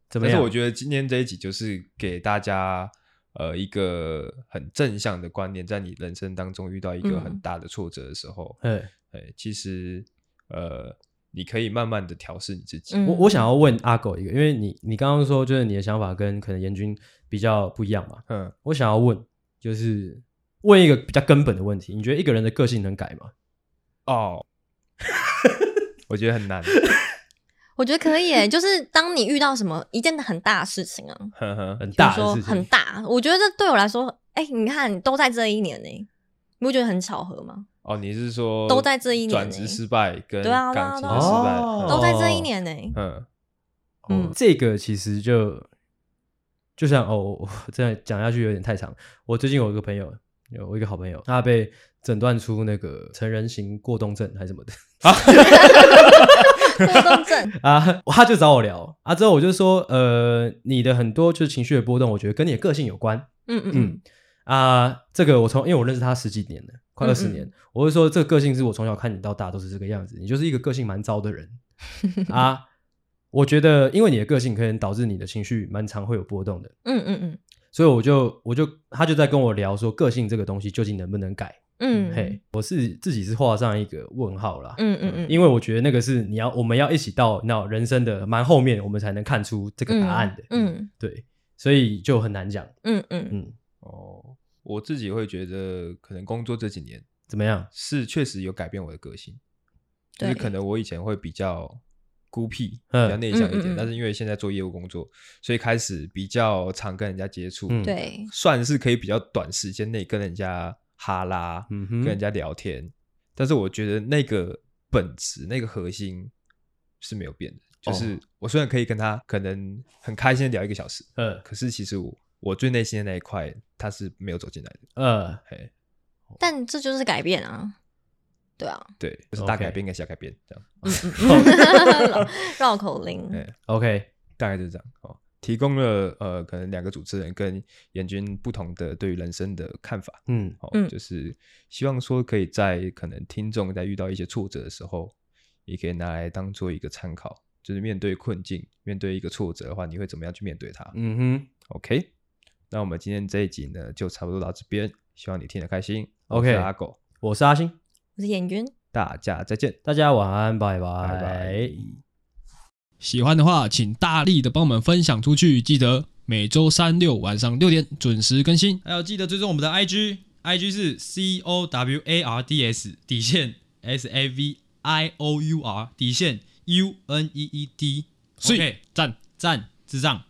怎么但是样？我觉得今天这一集就是给大家呃一个很正向的观念，在你人生当中遇到一个嗯很大的挫折的时候，嗯，哎、其实呃你可以慢慢的调试你自己，嗯我我想要问阿狗一个，因为你你刚刚说就是你的想法跟可能严军比较不一样嘛，嗯，我想要问就是问一个比较根本的问题，你觉得一个人的个性能改吗？哦，我觉得 很难，我觉得可以耶。就是当你遇到什么一件很大的事情啊，呵呵，很比如大的说事情，很大，我觉得这对我来说，哎、你看都在这一年呢、你不觉得很巧合吗？哦，你是说都在这一年转呢职失败跟对啊对港啊籍的对啊失败，哦嗯都在这一年呢、 嗯，嗯嗯，这个其实就就像哦，我 我这样讲下去有点太长。我最近有一个朋友，有我一个好朋友，他被诊断出那个成人型过动症还是什么的 过动症，啊，他就找我聊啊，之后我就说，呃，你的很多就是情绪的波动，我觉得跟你的个性有关，嗯嗯嗯嗯啊，这个我从因为我认识他十几年了，快嗯二十年，我就说这个个性是我从小看你到大都是这个样子，你就是一个个性蛮糟的 人啊。我觉得因为你的个性可能导致你的情绪蛮常会有波动的，嗯嗯所以我就我就他就在跟我聊说个性这个东西究竟能不能改？嗯，嘿，我是自己是画上一个问号啦。嗯嗯嗯，因为我觉得那个是你要，我们要一起到那人生的蛮后面，我们才能看出这个答案的。嗯对，所以就很难讲。嗯嗯嗯，哦，我自己会觉得可能工作这几年。怎么样？是确实有改变我的个性，就是对可能我以前会比较孤僻、嗯比较内向一嗯点，嗯嗯但是因为现在做业务工作，所以开始比较常跟人家接触，嗯对，算是可以比较短时间内跟人家哈拉，嗯哼跟人家聊天。但是我觉得那个本质、那个核心是没有变的，就哦是我虽然可以跟他可能很开心的聊一个小时，呃可是其实我我最内心的那一块他是没有走进来的，呃，嘿，但这就是改变啊，对啊，对，就是大 OK 改变跟小改变这样。嗯嗯 嗯绕绕口令，哎 OK，大概就是这样哦。提供了呃，可能两个主持人跟严军不同的对于人生的看法嗯，哦，嗯就是希望说可以在可能听众在遇到一些挫折的时候，也可以拿来当做一个参考，就是面对困境、面对一个挫折的话，你会怎么样去面对它、嗯哼 o k 那我们今天这一集呢，就差不多到这边，希望你听得开心。我 OK 是阿狗，我是阿星，我是演员。大家再见，大家晚安，拜拜拜。喜欢的话，请大力的帮我们分享出去。记得每周三六晚上六点准时更新。还有记得追踪我们的 IG，IG 是 C O W A R D S 底线 S A V I O U R 底线 U N E E D，所以 OK，赞。赞智障。